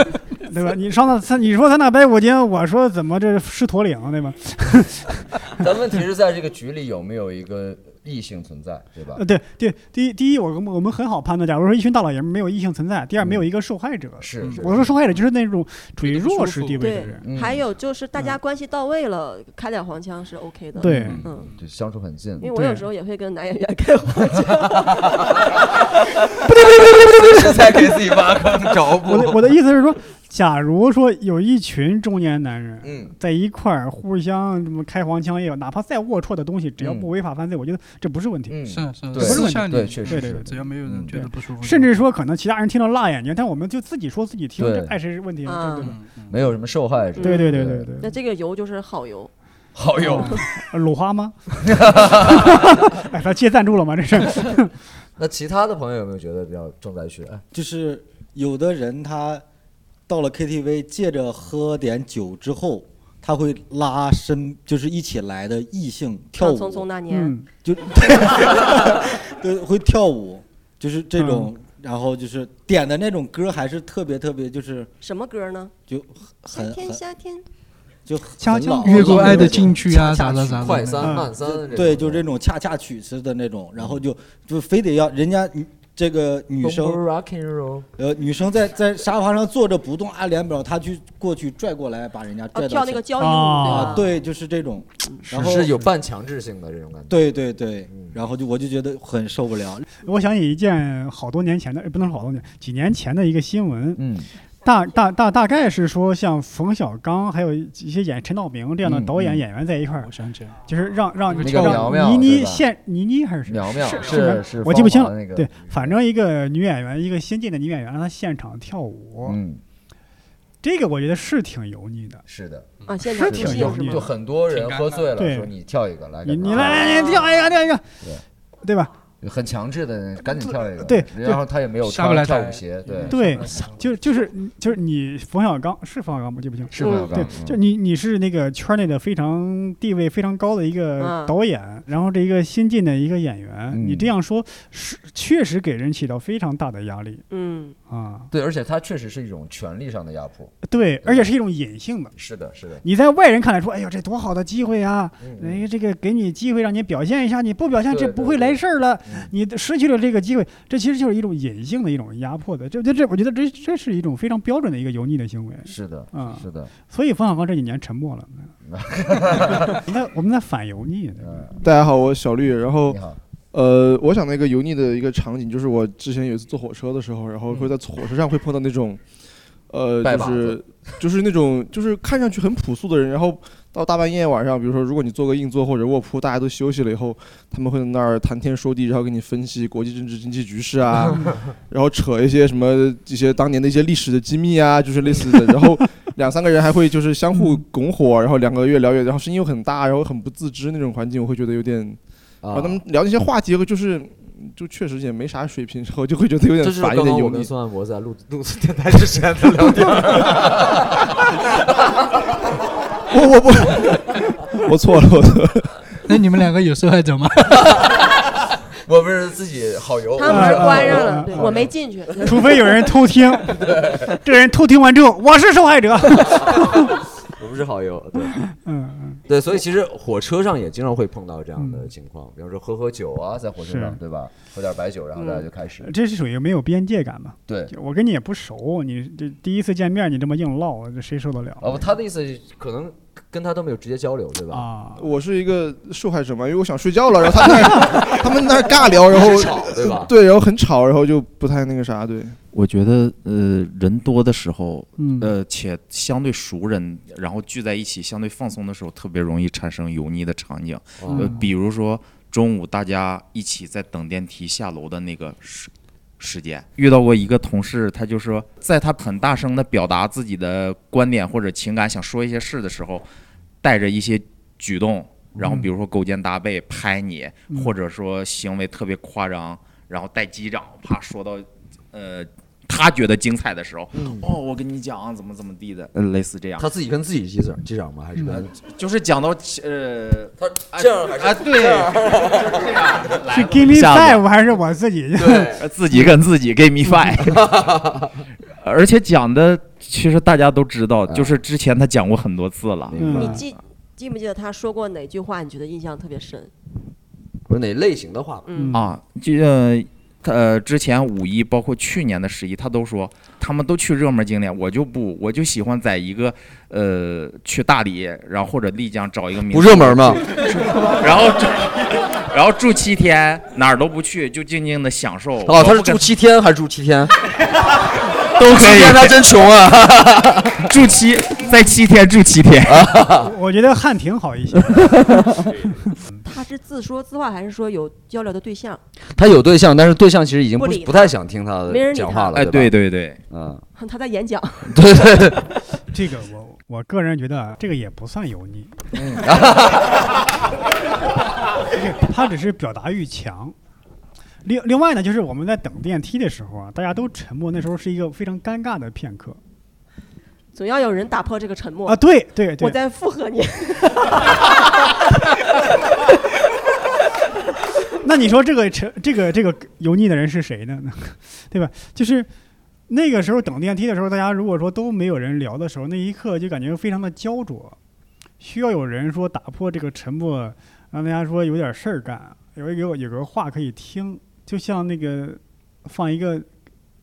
对吧？你上次你说三打白骨精，我说怎么这是驼岭，对吧？
咱问题是在这个局里有没有一个异性存在，对吧？
呃，对对，第一第一，我们我们很好判断，假如说一群大老爷们没有异性存在，第二没有一个受害者，嗯
是是
我说受害者就是那种处于弱势地位的
对
人，，嗯
还 有就是大家关系到位了，开点黄腔是 OK 的。
对
嗯，
就相处很近。
因为我有时候也会跟男演员开黄腔。
这才给自己挖坑找补
我的我的意思是说，假如说有一群中年男人，
嗯，
在一块儿互相什么开黄腔也有，哪怕再龌龊的东西，只要
嗯
不违法犯罪，我觉得这不是问题。
嗯
是啊是
这不是问题
像。你
对
确
对
实
对
是
对，
啊只要没有人觉得不 舒服就好，
甚至说可能其他人听到辣眼睛，但我们就自己说自己听，
对
这碍谁问题
啊
啊？对对对
没有什么受害者。
对对对对对
那这个油就是好油，
好友
呃 鲁花吗？哎，他接赞助了吗？这是。
那其他的朋友有没有觉得比较重灾区？哎
就是有的人他到了 KTV，借着喝点酒之后，他会拉身就是一起来的异性跳舞，
匆匆那年嗯
就 对会跳舞，就是这种，
嗯
然后就是点的那种歌还是特别特别就是
什么歌呢？
就很
夏天，
很
夏天。
就
恰
很
恰
老
越过爱的禁区啊啥的啥的
快
快
三
三慢三的这种
对，就这种恰恰曲式的那种，然后就就非得要人家女这个女生
Bumble rock and roll
呃，女生在在沙发上坐着不动，按脸表，他去过去拽过来，把人家拽到
哦跳那
前
个交谊舞
啊，对，
对
就是这种，然后
是有半强制性的这种感觉。
对对对，然后就我就觉得很受不了，
我想起一件好多年前的，呃不能说好多年，几年前的一个新闻。大大大大概是说，像冯小刚还有一些演陈道明这样的
嗯
导演、
嗯
演员在一块儿，
我想起来，
就是让让
那个
让
苗苗
倪妮
对吧
现倪妮还是谁
苗苗
是
是
苗
是
我记不清
芳华
了
那。个
对，反正一个女演员，一个新晋的女演员，让她现场跳舞，
嗯，
这个我觉得是挺油腻的，
是的
啊现
是
场
挺
即兴
油
是
腻的，
就很多人喝醉了，
对
说你跳一个来，
你
干嘛
你来你跳一个跳一个，对吧？
很强制的，赶紧跳一个。
对
然后他也没有
下不来
穿跳
台
舞鞋，对
对，就就是就是你冯小刚是冯小刚吗？记不清
是冯小刚
对，
嗯
就你你是那个圈内的非常地位非常高的一个
嗯
导演，然后这一个新晋的一个演员，
嗯
你这样说是确实给人起到非常大的压力。
嗯
啊，
对，而且他确实是一种权力上的压迫。
对，而且是一种隐性的。
是的，是的。
你在外人看来说，哎呦，这多好的机会啊！
嗯
哎呀，这个给你机会让你表现一下，你不表现
对嗯
这不会来事儿了，你失去了这个机会，这其实就是一种隐性的一种压迫的。这这这，我觉得这这是一种非常标准的一个油腻的行为。
是的，
啊，
是的。
所以冯小刚这几年沉默了。我们在我们在反油腻。对吧
大家好，我是小绿。然后，呃，我想那个油腻的一个场景，就是我之前有一次坐火车的时候，然后会在火车上会碰到那种，呃，
拜
就
把
是
子
就是那种就是看上去很朴素的人，然后到大半夜晚上，比如说如果你做个硬座或者卧铺，大家都休息了以后，他们会在那儿谈天说地，然后给你分析国际政治经济局势啊，然后扯一些什么一些当年的一些历史的机密啊， 就是类似的，然后。两三个人还会就是相互拱火，然后两个越聊越，然后声音又很大，然后很不自知那种环境，我会觉得有点，
啊
然后他们聊那些话题，就是就确实也没啥水平，然后就会觉得有
这
点
是
烦，
刚
有点
刚
油
我跟
腻。
宋安博在录录电台之前的聊天儿。
我我不，我错了，我错了。
那你们两个有受害者吗？
我不是自己好油，
他门
我是
关上了，对我没进去。
除非有人 偷听
对，
这人偷听完之后，我是受害者。
我不是好友，对，
嗯
对，所以其实火车上也经常会碰到这样的情况，比方说喝喝酒啊，在火车上，
是嗯
对吧？喝点白酒，然后大家就开始，
这是属于没有边界感嘛？
对
就我跟你也不熟，你这第一次见面你这么硬唠，这谁受得了？
哦，
哦
不他的意思是可能
跟他都没有直接交流，对吧？啊，
我是一个受害者嘛，因为我想睡觉了，然后他们 那他们那儿尬聊，然后
很吵对吧
然后很吵，然后就不太那个啥，对。
我觉得呃，人多的时候，
嗯
呃，且相对熟人，然后聚在一起相对放松的时候，特别容易产生油腻的场景。
哦
呃，比如说中午大家一起在等电梯下楼的那个时时间，遇到过一个同事，他就说，在他很大声的表达自己的观点或者情感，想说一些事的时候，带着一些举动，然后
嗯
比如说勾肩搭背拍你，
嗯
或者说行为特别夸张，然后带击掌，怕说到呃他觉得精彩的时候，哦，我跟你讲怎么怎么地的，呃，类似这样。
嗯他自己跟自己击掌击掌吗？
嗯
还是跟
就是讲到呃，
他这样还是
啊对，
这样
这样
是
来
give me
下子
five 还是我自己？
呃自己跟自己 give me five，而且讲的其实大家都知
嗯
道，就是之前他讲过很多次了。
嗯
你记记不记得他说过哪句话？你觉得印象特别深？
不是哪类型的话吧？
嗯
啊，这个他呃，之前五一包括去年的十一，他都说他们都去热门景点，我就不，我就喜欢在一个呃去大理，然后或者丽江找一个民
不
宿
热门吗？
然后住， 然后住七天，哪儿都不去，就静静的享受。
哦，他
我
是
不
住
跟
七天还是住七天？
都可以
七天他真穷啊！
住七在七天住七 天。
我觉得汉庭好一些。
他是自说自话，还是说有交流的对象？
他有对象，但是对象其实已经不
不理他
不太想听他
没人
的
理
讲话了。
哎，对
对吧
对对，
嗯，
他在演讲。
对对对，
这个我我个人觉得啊这个也不算油腻， 他只是表达欲强。另另外呢，就是我们在等电梯的时候啊，大家都沉默，那时候是一个非常尴尬的片刻。
总要有人打破这个沉默
啊对对对
我在附和你。
那你说这个沉这个这个油腻的人是谁呢？ 对吧？就是那个时候等电梯的时候，大家如果说都没有人聊的时候，那一刻就感觉非常的焦灼，需要有人说打破这个沉默，让大家说有点事儿干，有有有个话可以听，就像那个放一个，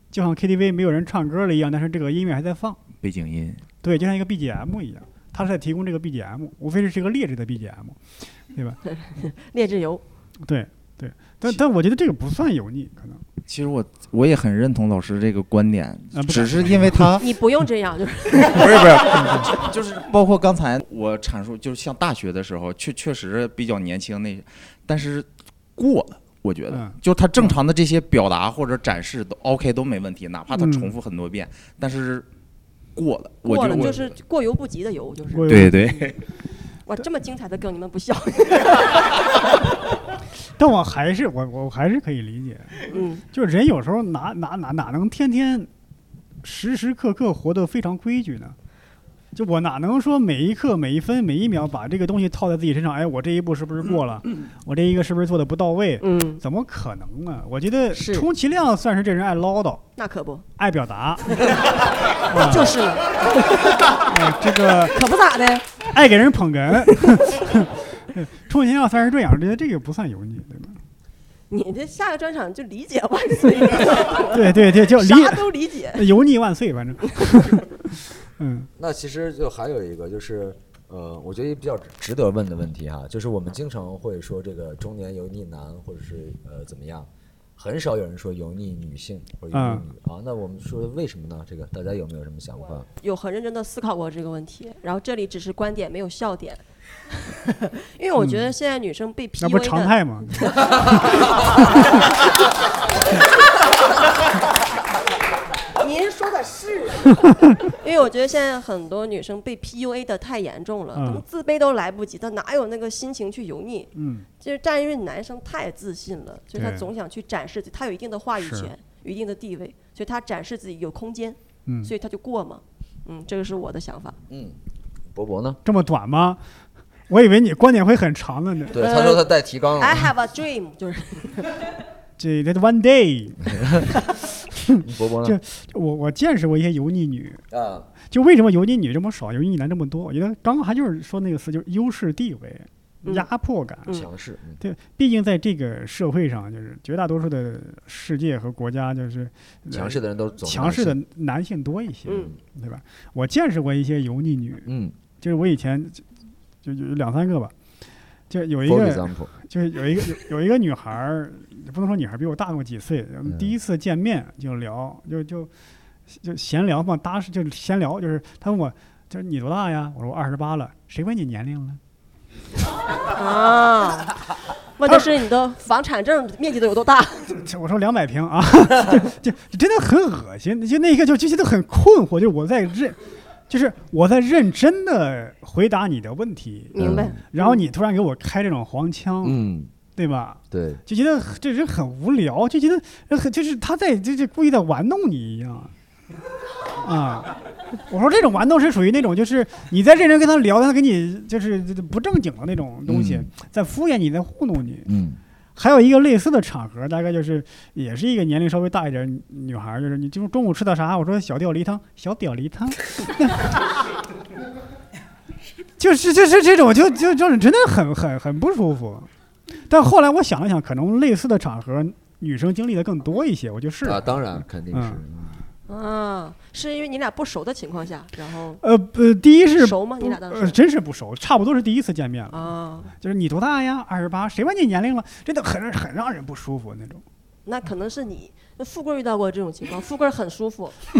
就像 KTV 没有人唱歌了一样，但是这个音乐还在放，
背景音。
对，就像一个 BGM 一样，它是在提供这个 BGM，无非是一个劣质的 BGM，对吧？
劣质油。
对对，但但我觉得这个不算油腻，可能。
其实我我也很认同老师这个观点
啊不，
只是因为他
你不用这样，就是
不是不是，就就是包括刚才我阐述，就是像大学的时候，确确实比较年轻那，但是过了，我觉
嗯
得，就他正常的这些表达或者展示都 OK 都没问题，哪怕他
嗯
重复很多遍，但是过了，我
过
就
了
我
就是过犹不及的油，就是
过犹
对对，
哇，这么精彩的梗你们不笑？
但我还是我我还是可以理解，
嗯，
就是人有时候哪哪哪哪能天天时时刻刻活得非常规矩呢？就我哪能说每一刻每一分每一秒把这个东西套在自己身上？哎，我这一步是不是过了？我这一个是不是做的不到位？
嗯，
怎么可能呢？我觉得充其量算是这人爱唠叨，
那可不，
爱 表达，
就是了，
哎这个
可不咋的，
爱给人 捧哏， 充其量算是这样。我觉得这个不算油腻，对吧？。
你这下个专场就理解万岁
对对对，就理
啥都理解。
油腻万岁，反正。嗯，
那其实就还有一个就是，呃，我觉得也比较值得问的问题哈，就是我们经常会说这个中年油腻男或者是呃怎么样，很少有人说油腻女性或者油腻女、啊。那我们说为什么呢？这个大家有没有什么想法？
有很认真的思考过这个问题，然后这里只是观点，没有笑 点。因为我觉得现在女生被 PUA
嗯那
的，
不是常态吗
您说的 是，因为我觉得现在很多女生被 PUA 的太严重了，
嗯
她们自卑都来不及，她哪有那个心情去油腻？
嗯，
就是但因为男生太自信了，就是他
对
总想去展示自己，他有一定的话语
是
权，有一定的地位，所以他展示自己有空间，
嗯
所以他就过嘛。嗯，这个是我的想法。
嗯，博博呢？
这么短吗？我以为你观点会很长的呢。
对，他说他带提纲了。
呃 I have a dream，就是
这 that one day，
伯 伯呢
这我我见识过一些油腻女
啊，
就为什么油腻女这么少，油腻男这么多？我觉得刚刚还就是说那个词，就是优势地位、压迫感、
强势。嗯
对，毕竟在这个社会上，就是绝大多数的世界和国家，就是呃
强势的人都总是
强势的男性多一些，
嗯
对吧？我见识过一些油腻女，
嗯，
就是我以前就有两三个吧。就有一
For
个
example，
就是有一个有有一个女孩儿，不能说女孩儿比我大那么几岁，我们第一次见面就聊，就就就闲聊嘛，搭是就是闲聊，就是她问我，就是你多大呀？我说我二十八了，谁问你年龄了？
啊，问的是你的房产证面积都有多大？
我说两百平啊， 就就真的很恶心，就那一刻就就觉得很困惑，就是我在认，就是我在认真的回答你的问题，
明白嗯
然后你突然给我开这种黄腔，
嗯，
对吧？
对，
就觉得这人很无聊，就觉得很就是他在这这故意在玩弄你一样，啊。我说这种玩弄是属于那种，就是你在认真跟他聊，但他跟你就是不正经的那种东西，
嗯
在敷衍你，在糊弄你。
嗯
还有一个类似的场合，大概就是也是一个年龄稍微大一点儿女孩儿，就是你今中午吃的啥？我说小吊梨汤，小吊梨汤，就是就是这种，就就就是真的很很很不舒服。但后来我想了想，可能类似的场合女生经历的更多一些，我就是嗯
啊，当然肯定是。
啊，是因为你俩不熟的情况下，然后
呃不，第一是
熟吗你俩
不
当时
呃真是不熟，差不多是第一次见面了。
啊，
就是你多大呀？二十八，谁问你年龄了？真的很很让人不舒服那种。
那可能是你。那富贵遇到过这种情况，富贵很舒服。 富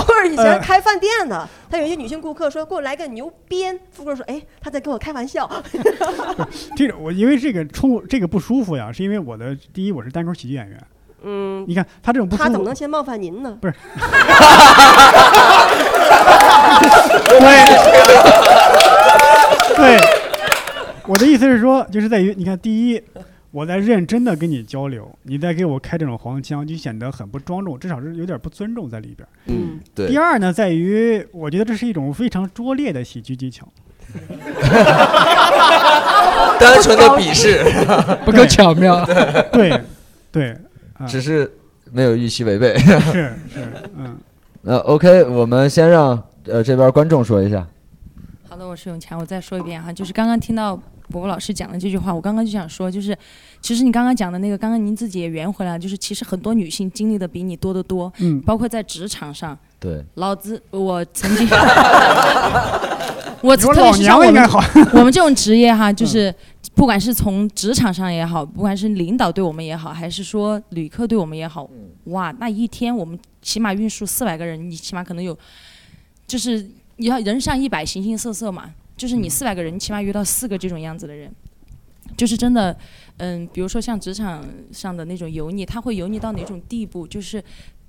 贵以
呃
前开饭店的，他有一些女性顾客说给我来个牛鞭，富贵说哎他在跟我开玩笑。
这个我因为这个冲这个不舒服呀，是因为我的第一我是单口喜剧演员，
嗯，
你看他这种不舒
他
服
怎么能先冒犯您呢？
不是， 对，我的意思是说，就是在于你看，第一，我在认真的跟你交流，你在给我开这种黄腔，就显得很不庄重，至少是有点不尊重在里边。
嗯，对。
第二呢，在于我觉得这是一种非常拙劣的喜剧 技巧。
单纯的鄙视
不够巧
妙
对，对，啊
只是没有预期违背。
是是，嗯，
那 OK，我们先让呃这边观众说一下。
好的，我是永强，我再说一遍哈，就是刚刚听到伯伯老师讲的这句话，我刚刚就想说，就是其实你刚刚讲的那个，刚刚您自己也圆回来，就是其实很多女性经历的比你多得多，
嗯
包括在职场上，
对，
老子我曾 经，我
你说
特别
老
是
娘
像我
应该
们
好 嗯
我们这种职业 哈，就是不管是从职场上也好，不管是领导对我们也好，还是说旅客对我们也好，哇，那一天我们起码运输四百个人，你起码可能有，就是你要人上一百，形形色色嘛，就是你四百个人，你起码遇到四个这种样子的人。就是真的，嗯，比如说像职场上的那种油腻，他会油腻到哪种地步？就是，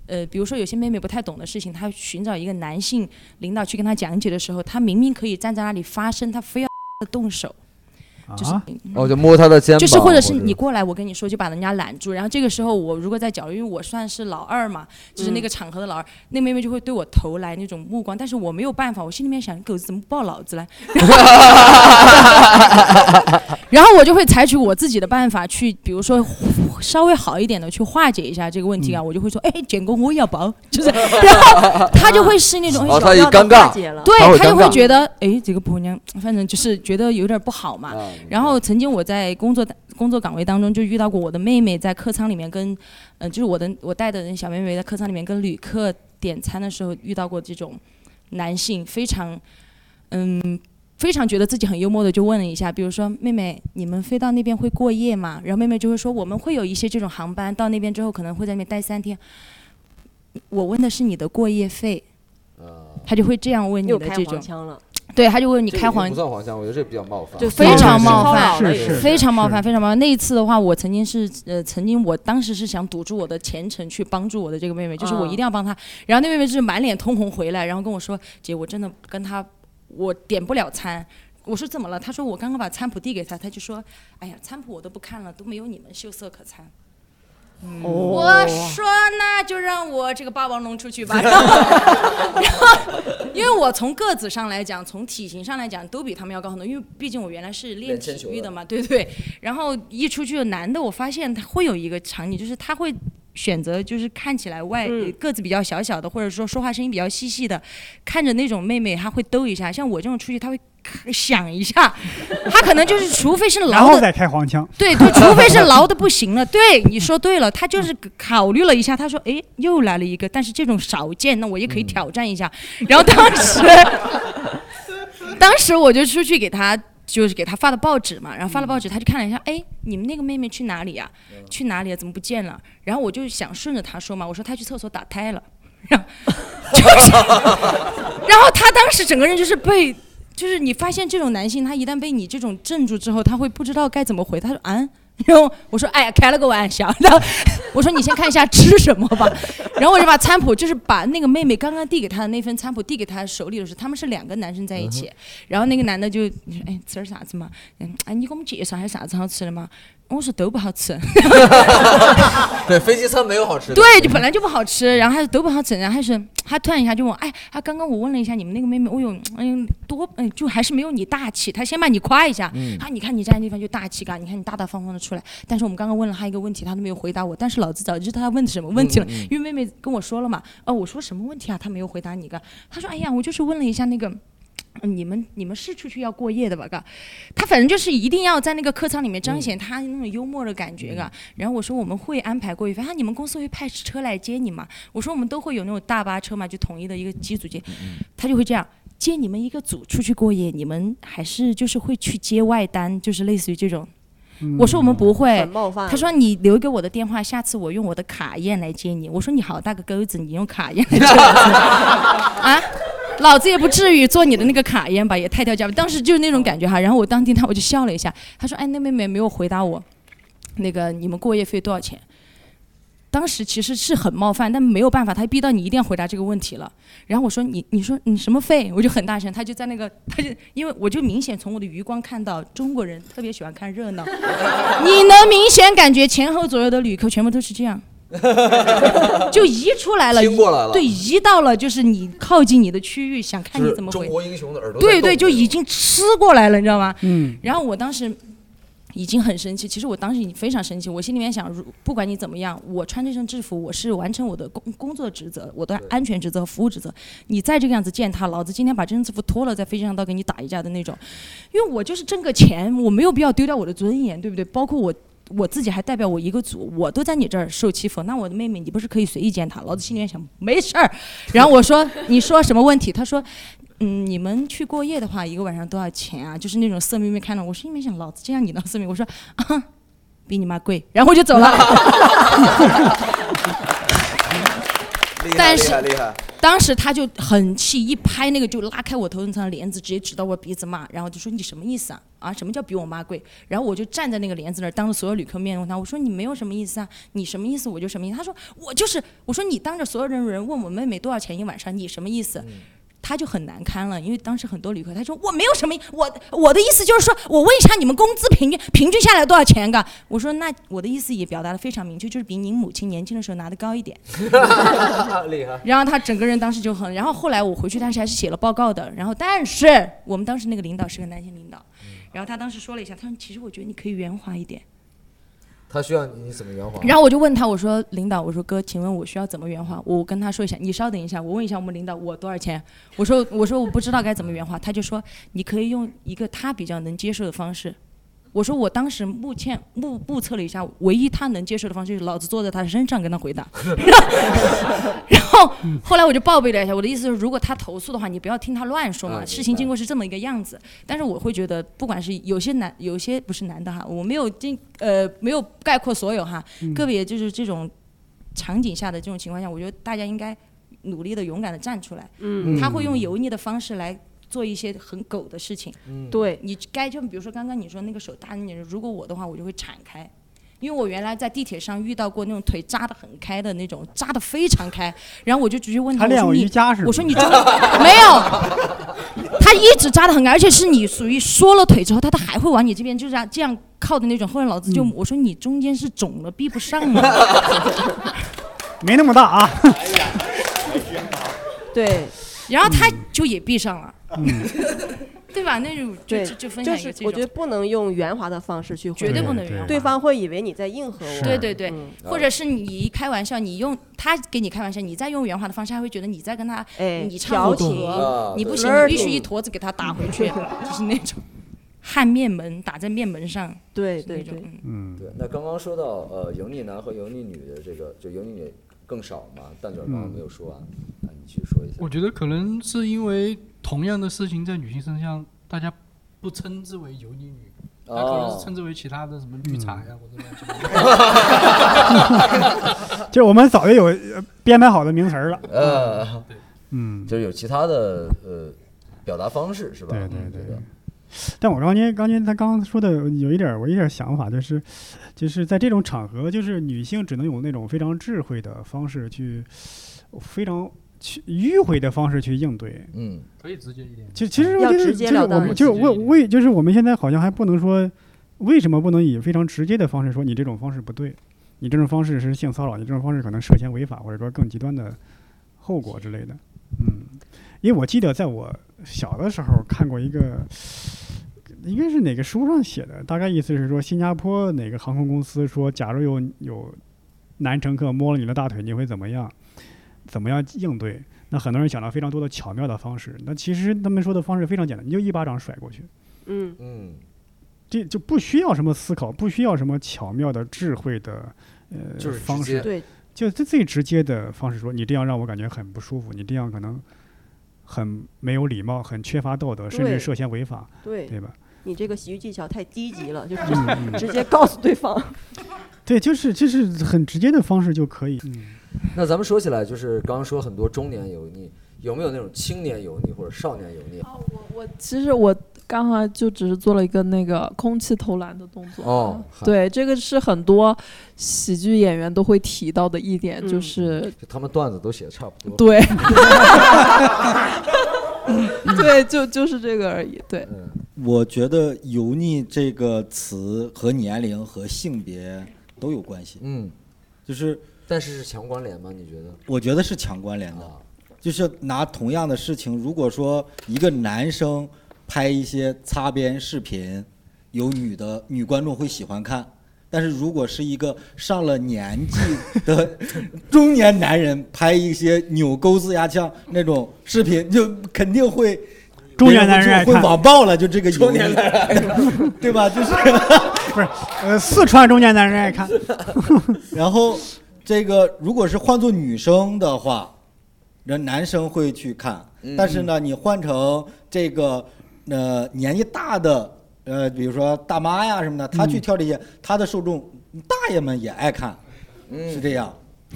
呃，比如说有些妹妹不太懂的事情，她寻找一个男性领导去跟她讲解的时候，她明明可以站在那里发声，她非要动手，就是嗯
啊哦，就摸他的肩膀，
就是或者是你过来，我跟你说，就把人家拦住。然后这个时候，我如果在角落，因为我算是老二嘛，就是那个场合的老二，那妹妹就会对我投来那种目光，但是我没有办法，我心里面想，狗子怎么抱老子来？ 然后我就会采取我自己的办法去，比如说稍微好一点的去化解一下这个问题
嗯
啊，我就会说，哎，卷工我也要包，就是，然后他就会是那种，
哦他一尴尬
对
他会
他就
尴
会
尬
觉得。觉得哎，这个婆娘，反正就是觉得有点不好嘛。
啊
然后曾经我在工作工作岗位当中就遇到过我的妹妹在客舱里面跟，嗯、就是我的我带的人小妹妹在客舱里面跟旅客点餐的时候遇到过这种男性非常，嗯。非常觉得自己很幽默的，就问了一下，比如说妹妹，你们飞到那边会过夜吗？然后妹妹就会说，我们会有一些这种航班，到那边之后可能会在那边待三天。我问的是你的过夜费，他就会这样问你
又
的
开
这
黄
种，
腔了，
对，他就问你
这已
开
经
黄
不算黄腔，我觉得这比较冒犯，
就非常
嗯
冒
啊是
犯
是，
非常冒犯，非常冒犯。那一次的话，我曾经是呃，曾经我当时是想堵住我的前程去帮助我的这个妹妹，就是我
嗯
一定要帮她。然后那妹妹就是满脸通红回来，然后跟我说：“姐，我真的跟她我点不了餐。”我说怎么了？她说我刚刚把餐谱递给她，她就说：“哎呀，餐谱我都不看了，都没有你们秀色可餐。”嗯
哦
我说那就让我这个霸王龙 出去吧，然后，然后， 因为我从个子上来讲，从体型上来讲，都比他们要高很多，因为毕竟我原来是练
练铅
体
球
育的
的
嘛，对对。然后一出去，男的我发现他会有一个场景，就是他会选择就是看起来外、
嗯
个子比较小小的，或者说说话声音比较细细的，看着那种妹妹，他会兜一下。像我这种出去，他会咔想一下，他可能就是除非是
然
老
后
的
再开黄腔。
对对，除非是劳的不行了。对，你说对了，他就是考虑了一下，他说：“哎，又来了一个，但是这种少见，那我也可以挑战一下。然后当时 当时我就出去给他，就是给他发的报纸嘛，然后发了报纸，他就看了一下，哎，你们那个妹妹去哪里呀、去哪里啊？怎么不见了？然后我就想顺着他说嘛，我说她去厕所打胎了，然后就是，然后他当时整个人就是被。就是你发现这种男性，他一旦被你这种镇住之后，他会不知道该怎么回。他说啊，然后我说哎呀，开了个玩笑。然后我说你先看一下吃什么吧。然后我就把餐谱，就是把那个妹妹刚刚递给他的那份餐谱递给他手里的时候，他们是两个男生在一起。
嗯哼
然后那个男的就你说哎吃点啥子嘛？嗯，哎你给我们介绍一下啥子好吃的嘛？我说都不好吃。
对，飞机餐没有好吃的。
对，就本来就不好吃，然后还是都不好整，然后还是他突然一下就问我，哎，他刚刚我问了一下你们那个妹妹，哦呦，哎呦多，嗯，就还是没有你大气，他先把你夸一下，
嗯
啊，你看你站的地方就大气嘎，你看你大大方方的出来，但是我们刚刚问了他一个问题，他都没有回答我，但是老子早就知道他问的什么问题了，
嗯嗯
因为妹妹跟我说了嘛，哦，我说什么问题啊，他没有回答你个，他说，哎呀，我就是问了一下那个。嗯你们你们是出去要过夜的吧？嘎，他反正就是一定要在那个客舱里面彰
嗯
显他那种幽默的感觉，嘎。然后我说我们会安排过夜费，啊，你们公司会派车来接你吗？我说我们都会有那种大巴车嘛，就统一的一个机组接，
嗯
他就会这样接你们一个组出去过夜，你们还是就是会去接外单，就是类似于这种。我说我们不会
很冒犯，
他说你留给我的电话，下次我用我的卡宴来接你。我说你好大个钩子，你用卡宴来接 我啊？老子也不至于做你的那个卡宴吧，也太掉价了。当时就是那种感觉哈，然后我当天他我就笑了一下，他说哎那妹妹没有回答我，那个你们过夜费多少钱？当时其实是很冒犯，但没有办法，他逼到你一定要回答这个问题了。然后我说你，你说你什么费？我就很大声，他就在那个， 他就因为我就明显从我的余光看到中国人特别喜欢看热闹， 你能明显感觉前后左右的旅客全部都是这样， 就移出来 了，
听过来了
移对，移到了就是你靠近你的区域，想看
就
你
是
怎么
中
回。
国英雄的耳朵在
对
动
对，就已经吃过来了，你知道吗？
嗯。
然后我当时已经很生气，其实我当时已经非常生气，我心里面想，如不管你怎么样，我穿这身制服，我是完成我的工工作职责，我的安全职责和服务职责。你再这个样子践踏，老子今天把这身制服脱了，在飞机上到给你打一架的那种，因为我就是挣个钱，我没有必要丢掉我的尊严，对不对？包括我。我自己还代表我一个组，我都在你这儿受欺负，那我的妹妹你不是可以随意践踏？老子心里面想没事儿。然后我说你说什么问题？他说嗯，你们去过夜的话，一个晚上多少钱啊？就是那种色眯眯看着我，我心里面想，老子这样你当色眯，我说啊，比你妈贵，然后我就走了。
嗯
厉害
但
厉
是
害厉害
当时他就很气，一拍那个就拉开我头等舱的帘子，直接指到我鼻子骂，然后就说你什么意思啊？啊，什么叫比我妈贵？然后我就站在那个帘子那儿，当着所有旅客面问他，我说你没有什么意思啊，你什么意思我就什么意思。他说我就是，我说你当着所有人人问我妹妹多少钱一晚上，你什么意思？他就很难堪了，因为当时很多旅客，他说我没有什么，我我的意思就是说，我问一下你们工资平均平均下来多少钱噶？我说那我的意思也表达的非常明确，就是比您母亲年轻的时候拿的高一点。
厉害。
然后他整个人当时就很，然后后来我回去，当时还是写了报告的。然后但是我们当时那个领导是个男性领导，然后他当时说了一下，他说其实我觉得你可以圆滑一点。
他需要你怎么圆滑？
然后我就问他，我说领导，我说哥，请问我需要怎么圆滑？我跟他说一下，你稍等一下，我问一下我们领导我多少钱。我说我说我不知道该怎么圆滑，他就说你可以用一个他比较能接受的方式。我说我当时目前目目测了一下，唯一他能接受的方式就是老子坐在他身上跟他回答。然后
嗯
后来我就报备了一下，我的意思是，如果他投诉的话，你不要听他乱说
啊
嘛，
明
事情
白
经过是这么一个样子。但是我会觉得，不管是有些男，有些不是男的哈，我没有进呃没有概括所有哈，
嗯
个别就是这种场景下的这种情况下，我觉得大家应该努力的、勇敢的站出来。
嗯
他会用油腻的方式来。做一些很狗的事情，
嗯
对你该就比如说刚刚你说那个手搭那人，如果我的话，我就会铲开，因为我原来在地铁上遇到过那种腿扎得很开的那种，扎得非常开，然后我就直接问
他
他，我
练
说
过
你
瑜伽是吗
我说你真的没有，他一直扎得很开，而且是你属于缩了腿之后，他他还会往你这边就这样这样靠的那种，后来老子就、我说你中间是肿了，闭不上了。
没那么大啊。
哎
对，
然后他就也闭上了，对吧？那就就
对，
就就分享一
是
个
我
这
觉得
种。
不能用圆滑的方式去回
绝对不能圆滑
对方会以为你在迎合我。
对对对，
嗯
或者是你一开玩笑，你用他给你开玩笑，你再用圆滑的方式，他会觉得你在跟他
哎
你唱不
调情
和
啊，
你不
对
行，
flirting
你必须一坨子给他打回去，就是那种焊面门打在面门上，
对
对对，
嗯，
对。那刚刚说到
嗯
呃油腻男和油腻女的这个，就油腻女更少嘛，蛋卷刚刚没有说完，啊你去说一下？
我觉得可能是因为同样的事情在女性身上，大家不称之为油腻女，她可能
哦
是称之为其他的什么绿茶呀，或者乱七八糟 的
就是我们早就有呃编排好的名词儿了。
呃，
嗯，
就是有其他的呃表达方式是吧？
对对
对的。
但我刚才刚才他刚刚说的有一点儿，我有一点儿想法，就是就是在这种场合，就是女性只能用那种非常智慧的方式去，非常去迂回的方式去应对。
嗯，
可以直接一点。
其其实我
要
觉得
直
就
截
是
了
我
当
们就是我为就是我们现在好像还不能说，为什么不能以非常直接的方式说你这种方式不对，你这种方式是性骚扰，你这种方式可能涉嫌违法或者说更极端的后果之类的。嗯，因为我记得在我小的时候看过一个，应该是哪个书上写的，大概意思是说新加坡哪个航空公司说，假如有有男乘客摸了你的大腿，你会怎么样？怎么样应对？那很多人想到非常多的巧妙的方式，那其实他们说的方式非常简单，你就一巴掌甩过去，
嗯
嗯，
这就不需要什么思考，不需要什么巧妙的、智慧的呃
就是直
方式，
接对，
就最最直接的方式说，你这样让我感觉很不舒服，你这样可能很没有礼貌，很缺乏道德，甚
对
至涉嫌违法，
对
对吧？
你这个洗浴技巧太低级了，就是
嗯嗯
直接告诉对方。
对，就是就是很直接的方式就可以。嗯，
那咱们说起来，就是刚刚说很多中年油腻，有没有那种青年油腻或者少年油腻？
哦我 其实我刚刚就只是做了一个那个空气投篮的动作。
嗯
哦
对，这个是很多喜剧演员都会提到的一点，
嗯
就是
呃就他们段子都写的差不多。
对， 对，就就是这个而已。对，
嗯
我觉得“油腻”这个词和年龄和性别都有关系。
嗯，
就是
但是是强关联吗？你觉得？
我觉得是强关联
啊
的，就是拿同样的事情，如果说一个男生拍一些擦边视频，有女的女观众会喜欢看。但是如果是一个上了年纪的中年男人拍一些扭钩子牙枪那种视频，就肯定会
中年男人爱
会
看
网暴了，就这个油腻
中年男人爱看
对吧？就是
不是呃，四川中年男人爱看，
然后这个如果是换做女生的话，人男生会去看，
嗯
但是呢，你换成这个呃年纪大的呃，比如说大妈呀什么的，她去跳这些，她的受众大爷们也爱看，
嗯
是这样。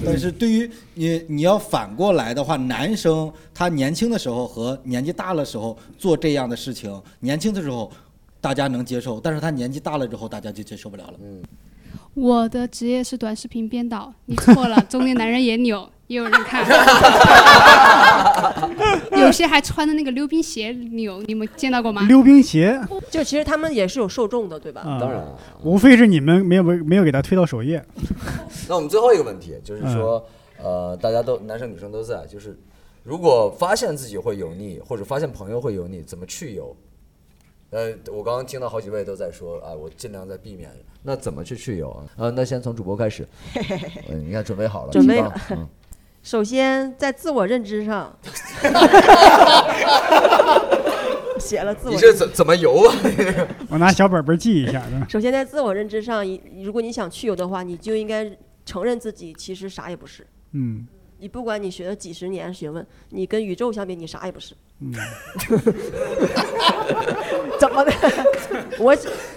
但是对于你，你要反过来的话，男生他年轻的时候和年纪大了时候做这样的事情，年轻的时候大家能接受，但是他年纪大了之后，大家就接受不了了。
我的职业是短视频编导，你错 了，中年男人也扭，也有人看，有些还穿的那个溜冰鞋扭，你们见到过吗？
溜冰鞋。
就其实他们也是有受众的，对吧？
啊，
当然了，
无非是你们没有没有给他推到 首页。
那我们最后一个问题就是说，呃，大家都男生女生都在，就是如果发现自己会油腻，或者发现朋友会油腻，怎么去油？呃，我刚刚听到好几位都在说，啊，我尽量在避免。那怎么去去油啊？呃，那先从主播开始，呃、你看准备好了，
准备
知道
好
嗯
首先在自我认知上， 写了自我。
你是怎怎么油啊？
我拿小本本记一下。是吧
首先在自我认知上，一如果你想去油的话，你就应该承认自己其实啥也不是。
嗯
你不管你学了几十年学问，你跟宇宙相比，你啥也不是。
嗯，
怎么的？ 我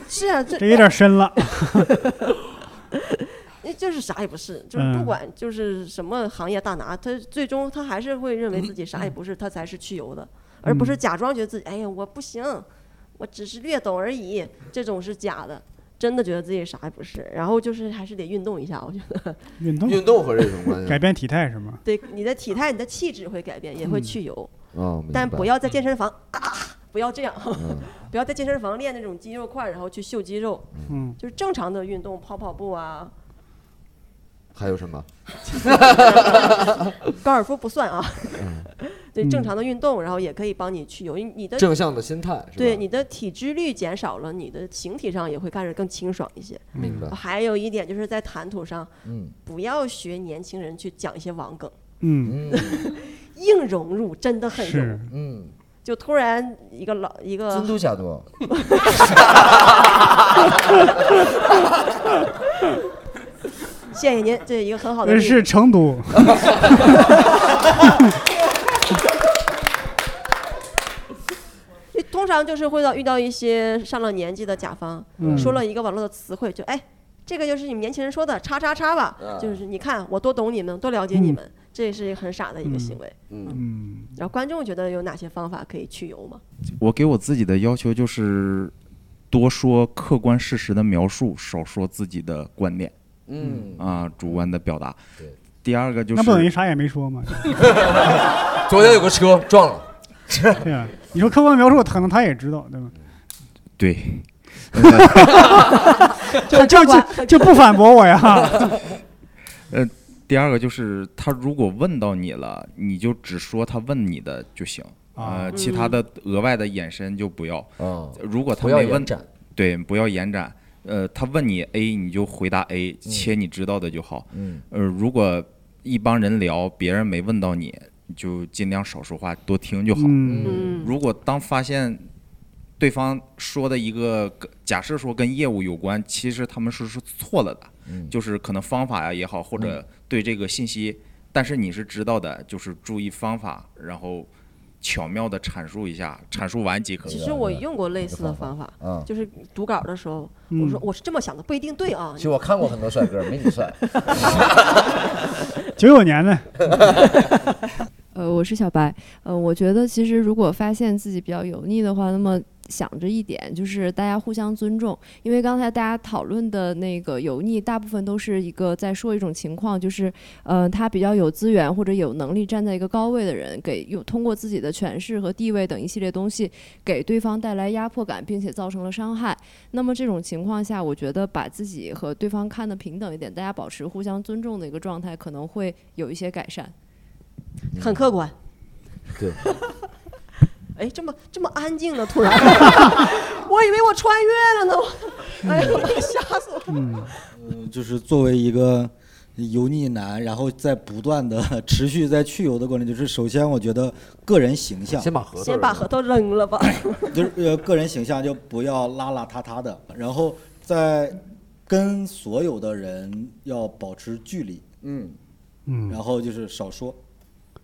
是啊，这
这有点深了。
那就是啥也不是，就是不
嗯
管就是什么行业大拿，他最终他还是会认为自己啥也
嗯
不是，他才是去油的，而不是
嗯
假装觉得自己哎呀我不行，我只是略懂而已，这种是假的，真的觉得自己啥也不是。然后就是还是得运动一下，我觉得
运动
运动和这有什么关系
改变体态是吗？
对你的体态、你的气质会改变，也会去油，
哦明白
但不要在健身房啊，不要这样，
嗯
不要在健身房练那种肌肉块，然后去秀肌肉，
嗯，
就是正常的运动，跑跑步啊，
还有什么？
高尔夫不算啊
嗯，
对正常的运动，然后也可以帮你去油，因为你的
正向的心态是吧
对你的体脂率减少了，你的形体上也会看着更清爽一些。
明白
还有一点就是在谈吐上，
嗯
不要学年轻人去讲一些网梗，
嗯，
硬融入真的很
是
融。
嗯，
就突然一个老一个
尊嘟假多。
谢谢您，这一个很好的
那
例子
是成都。
常就是会到遇到一些上了年纪的甲方，
嗯
说了一个网络的词汇，就哎，这个就是你们年轻人说的叉叉叉吧，
啊
就是你看我多懂你们，多了解你们，这也是一个很傻的一个行为。
嗯，
然后观众觉得有哪些方法可以去油吗？
我给我自己的要求就是多说客观事实的描述，少说自己的观点。
嗯
啊，主观的表达。第二个就是
那不等于啥也没说吗？
昨天有个车撞了，
对啊，你说客观描述，可能他也知道，对 吧？
对，
就就就就不反驳我呀。
啊
呃，第二个就是他如果问到你了，你就只说他问你的就行，
啊
呃，其他的额外的衍生就不要。如果他
嗯不要
没问
延展，
对，不要延展。呃，他问你 A，你就回答 A，切你知道的就好。
嗯
呃，如果一帮人聊，别人没问到你，你就尽量少说话，多听就好。
嗯
嗯
如果当发现对方说的一个跟假设说跟业务有关，其实他们是是错了的，
嗯
就是可能方法呀也好，或者
嗯
对这个信息，但是你是知道的，就是注意方法，然后巧妙的阐述一下，阐述完即可。啊
其实我用过类似的方法，
嗯
就是读稿的时候，
嗯
我说我是这么想的，不一定对啊。
其实我看过很多帅哥，没你帅。
九九年的，
呃，我是小白。呃，我觉得其实如果发现自己比较油腻的话，那么想着一点就是大家互相尊重，因为刚才大家讨论的那个油腻，大部分都是一个在说一种情况，就是呃，他比较有资源或者有能力站在一个高位的人，给有通过自己的权势和地位等一系列东西，给对方带来压迫感，并且造成了伤害。那么这种情况下，我觉得把自己和对方看得平等一点，大家保持互相尊重的一个状态，可能会有一些改善。
很客观。
对，
哎，这么这么安静呢？突然， 我以为我穿越了呢。哎呀，我吓死我！
嗯，
呃就是作为一个油腻男，然后在不断的 持续在去油的过程，就是首先我觉得个人形象，
先把核
先把核桃扔了吧。
就是呃个人形象就不要邋邋遢遢的，然后在跟所有的人要保持距离，
嗯
嗯
然后就是少说，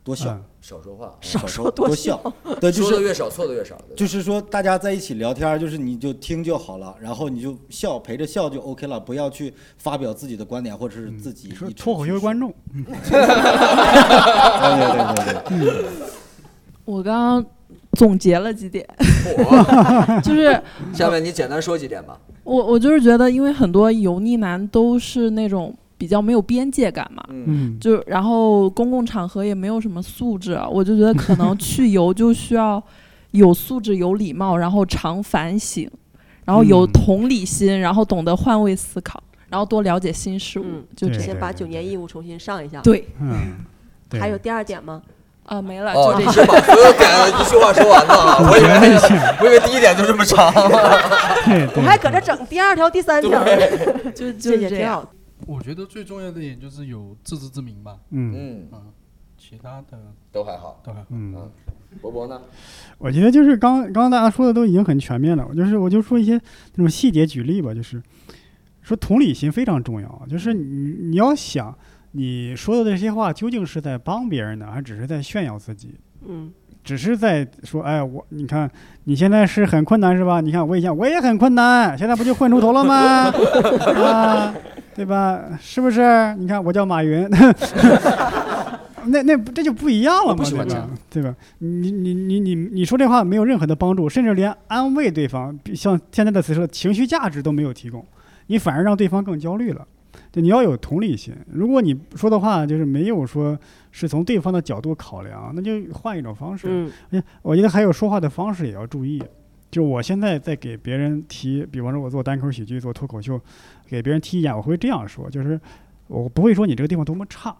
多笑，
嗯少说话
少
少
说
说多
笑
笑，
对，就是
说得越少错得越少对吧
就是说大家在一起聊天儿，就是你就听就好了，然后你就笑，陪着笑就 OK 了，不要去发表自己的观点或者是自己一直。
嗯脱口秀 观众，嗯
对对对
嗯
对。
我刚刚总结了几点， 就是
下面你简单说几点吧。
我我就是觉得，因为很多油腻男都是那种比较没有边界感嘛，
嗯
就然后公共场合也没有什么素质，啊我就觉得可能去油就需要有素质、有礼貌，然后常反省，然后有
嗯
同理心，然后懂得换位思考，然后多了解新事物，就这
嗯先
样。
把九年义务重新上一下。
对
嗯，
还有第二点吗？
啊，没了
哦，你是把所有点一句话说完的啊， 我以为我以为第一点就这么长。
我还搁这整第二条、第三条，
就就
这也
这
挺
样
好。
我觉得最重要的点就是有自知之明吧。
嗯
嗯，其他的
都还好，
都还好。
嗯，
博博呢？
我觉得就是刚刚刚大家说的都已经很全面了，我就是我就说一些那种细节举例吧，就是说同理心非常重要，就是你你要想你说的这些话究竟是在帮别人呢，还只是在炫耀自己，
嗯
只是在说，哎，我你看你现在是很困难是吧？你看我以前我也很困难，现在不就混出头了吗？ 啊，对吧？是不是？你看我叫 马云，那那不这就不一样了
我
嘛，
不喜欢
对
这
吧
样？
对吧？你你你你你说这话没有任何的帮助，甚至连安慰对方，比像现在的词说情绪价值都没有提供，你反而让对方更焦虑了。对，你要有同理心。如果你说的话就是没有说是从对方的角度考量，那就换一种方式。
嗯
而且我觉得还有说话的方式也要注意。就我现在在给别人提，比方说我做单口喜剧、做脱口秀，给别人提意见，我会这样说，就是我不会说你这个地方多么差，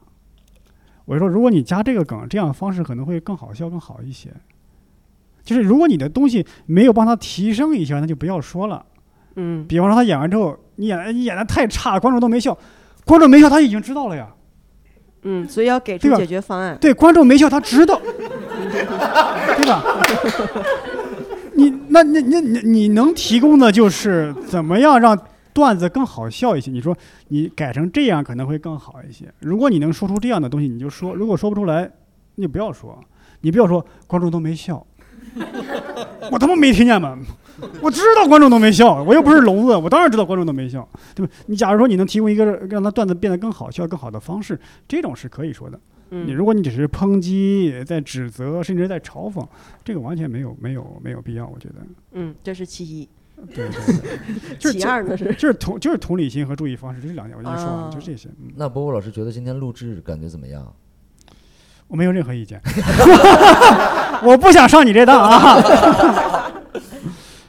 我就说如果你加这个梗，这样的方式可能会更好笑、更好一些。就是如果你的东西没有帮他提升一下，那就不要说了。
嗯，
比方说他演完之后，你演哎得你演的太差，观众都没笑，观众没笑他已经知道了呀，
嗯，所以要给
对
出
吧
解决方案。
对，观众没笑他知道，对吧？你那那那你你能提供的就是怎么样让段子更好笑一些？你说你改成这样可能会更好一些。如果你能说出这样的东西，你就说；如果说不出来，你就不要说。你不要说观众都没笑， 我他妈没听见吗？我知道观众都没笑，我又不是聋子，我当然知道观众都没笑，对吧？你假如说你能提供一个让他段子变得更好笑、更好的方式，这种是可以说的。
嗯
你如果你只是抨击、在指责，甚至在嘲讽，这个完全没有、没有、没有必要，我觉得。
嗯，这是其一。
对对就是
其二呢是
就是同就是同理心和注意方式，这是两点，我已经说完了，
啊
就这些。嗯，
那波波老师觉得今天录制感觉怎么样？
我没有任何 意见， 我不想上你这当啊。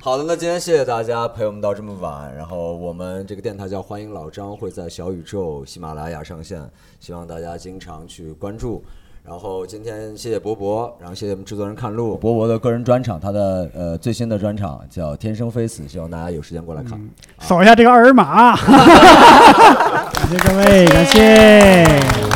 好的，那今天谢谢大家陪我们到这么晚。然后我们这个电台叫欢迎老张，会在小宇宙、喜马拉雅上线，希望大家经常去关注。然后今天谢谢博博，然后谢谢我们制作人看路，博博的个人专场，他的呃最新的专场叫《天生非死》，希望大家有时间过来看。
扫一下这个二维码。感谢各位，感谢。
嗯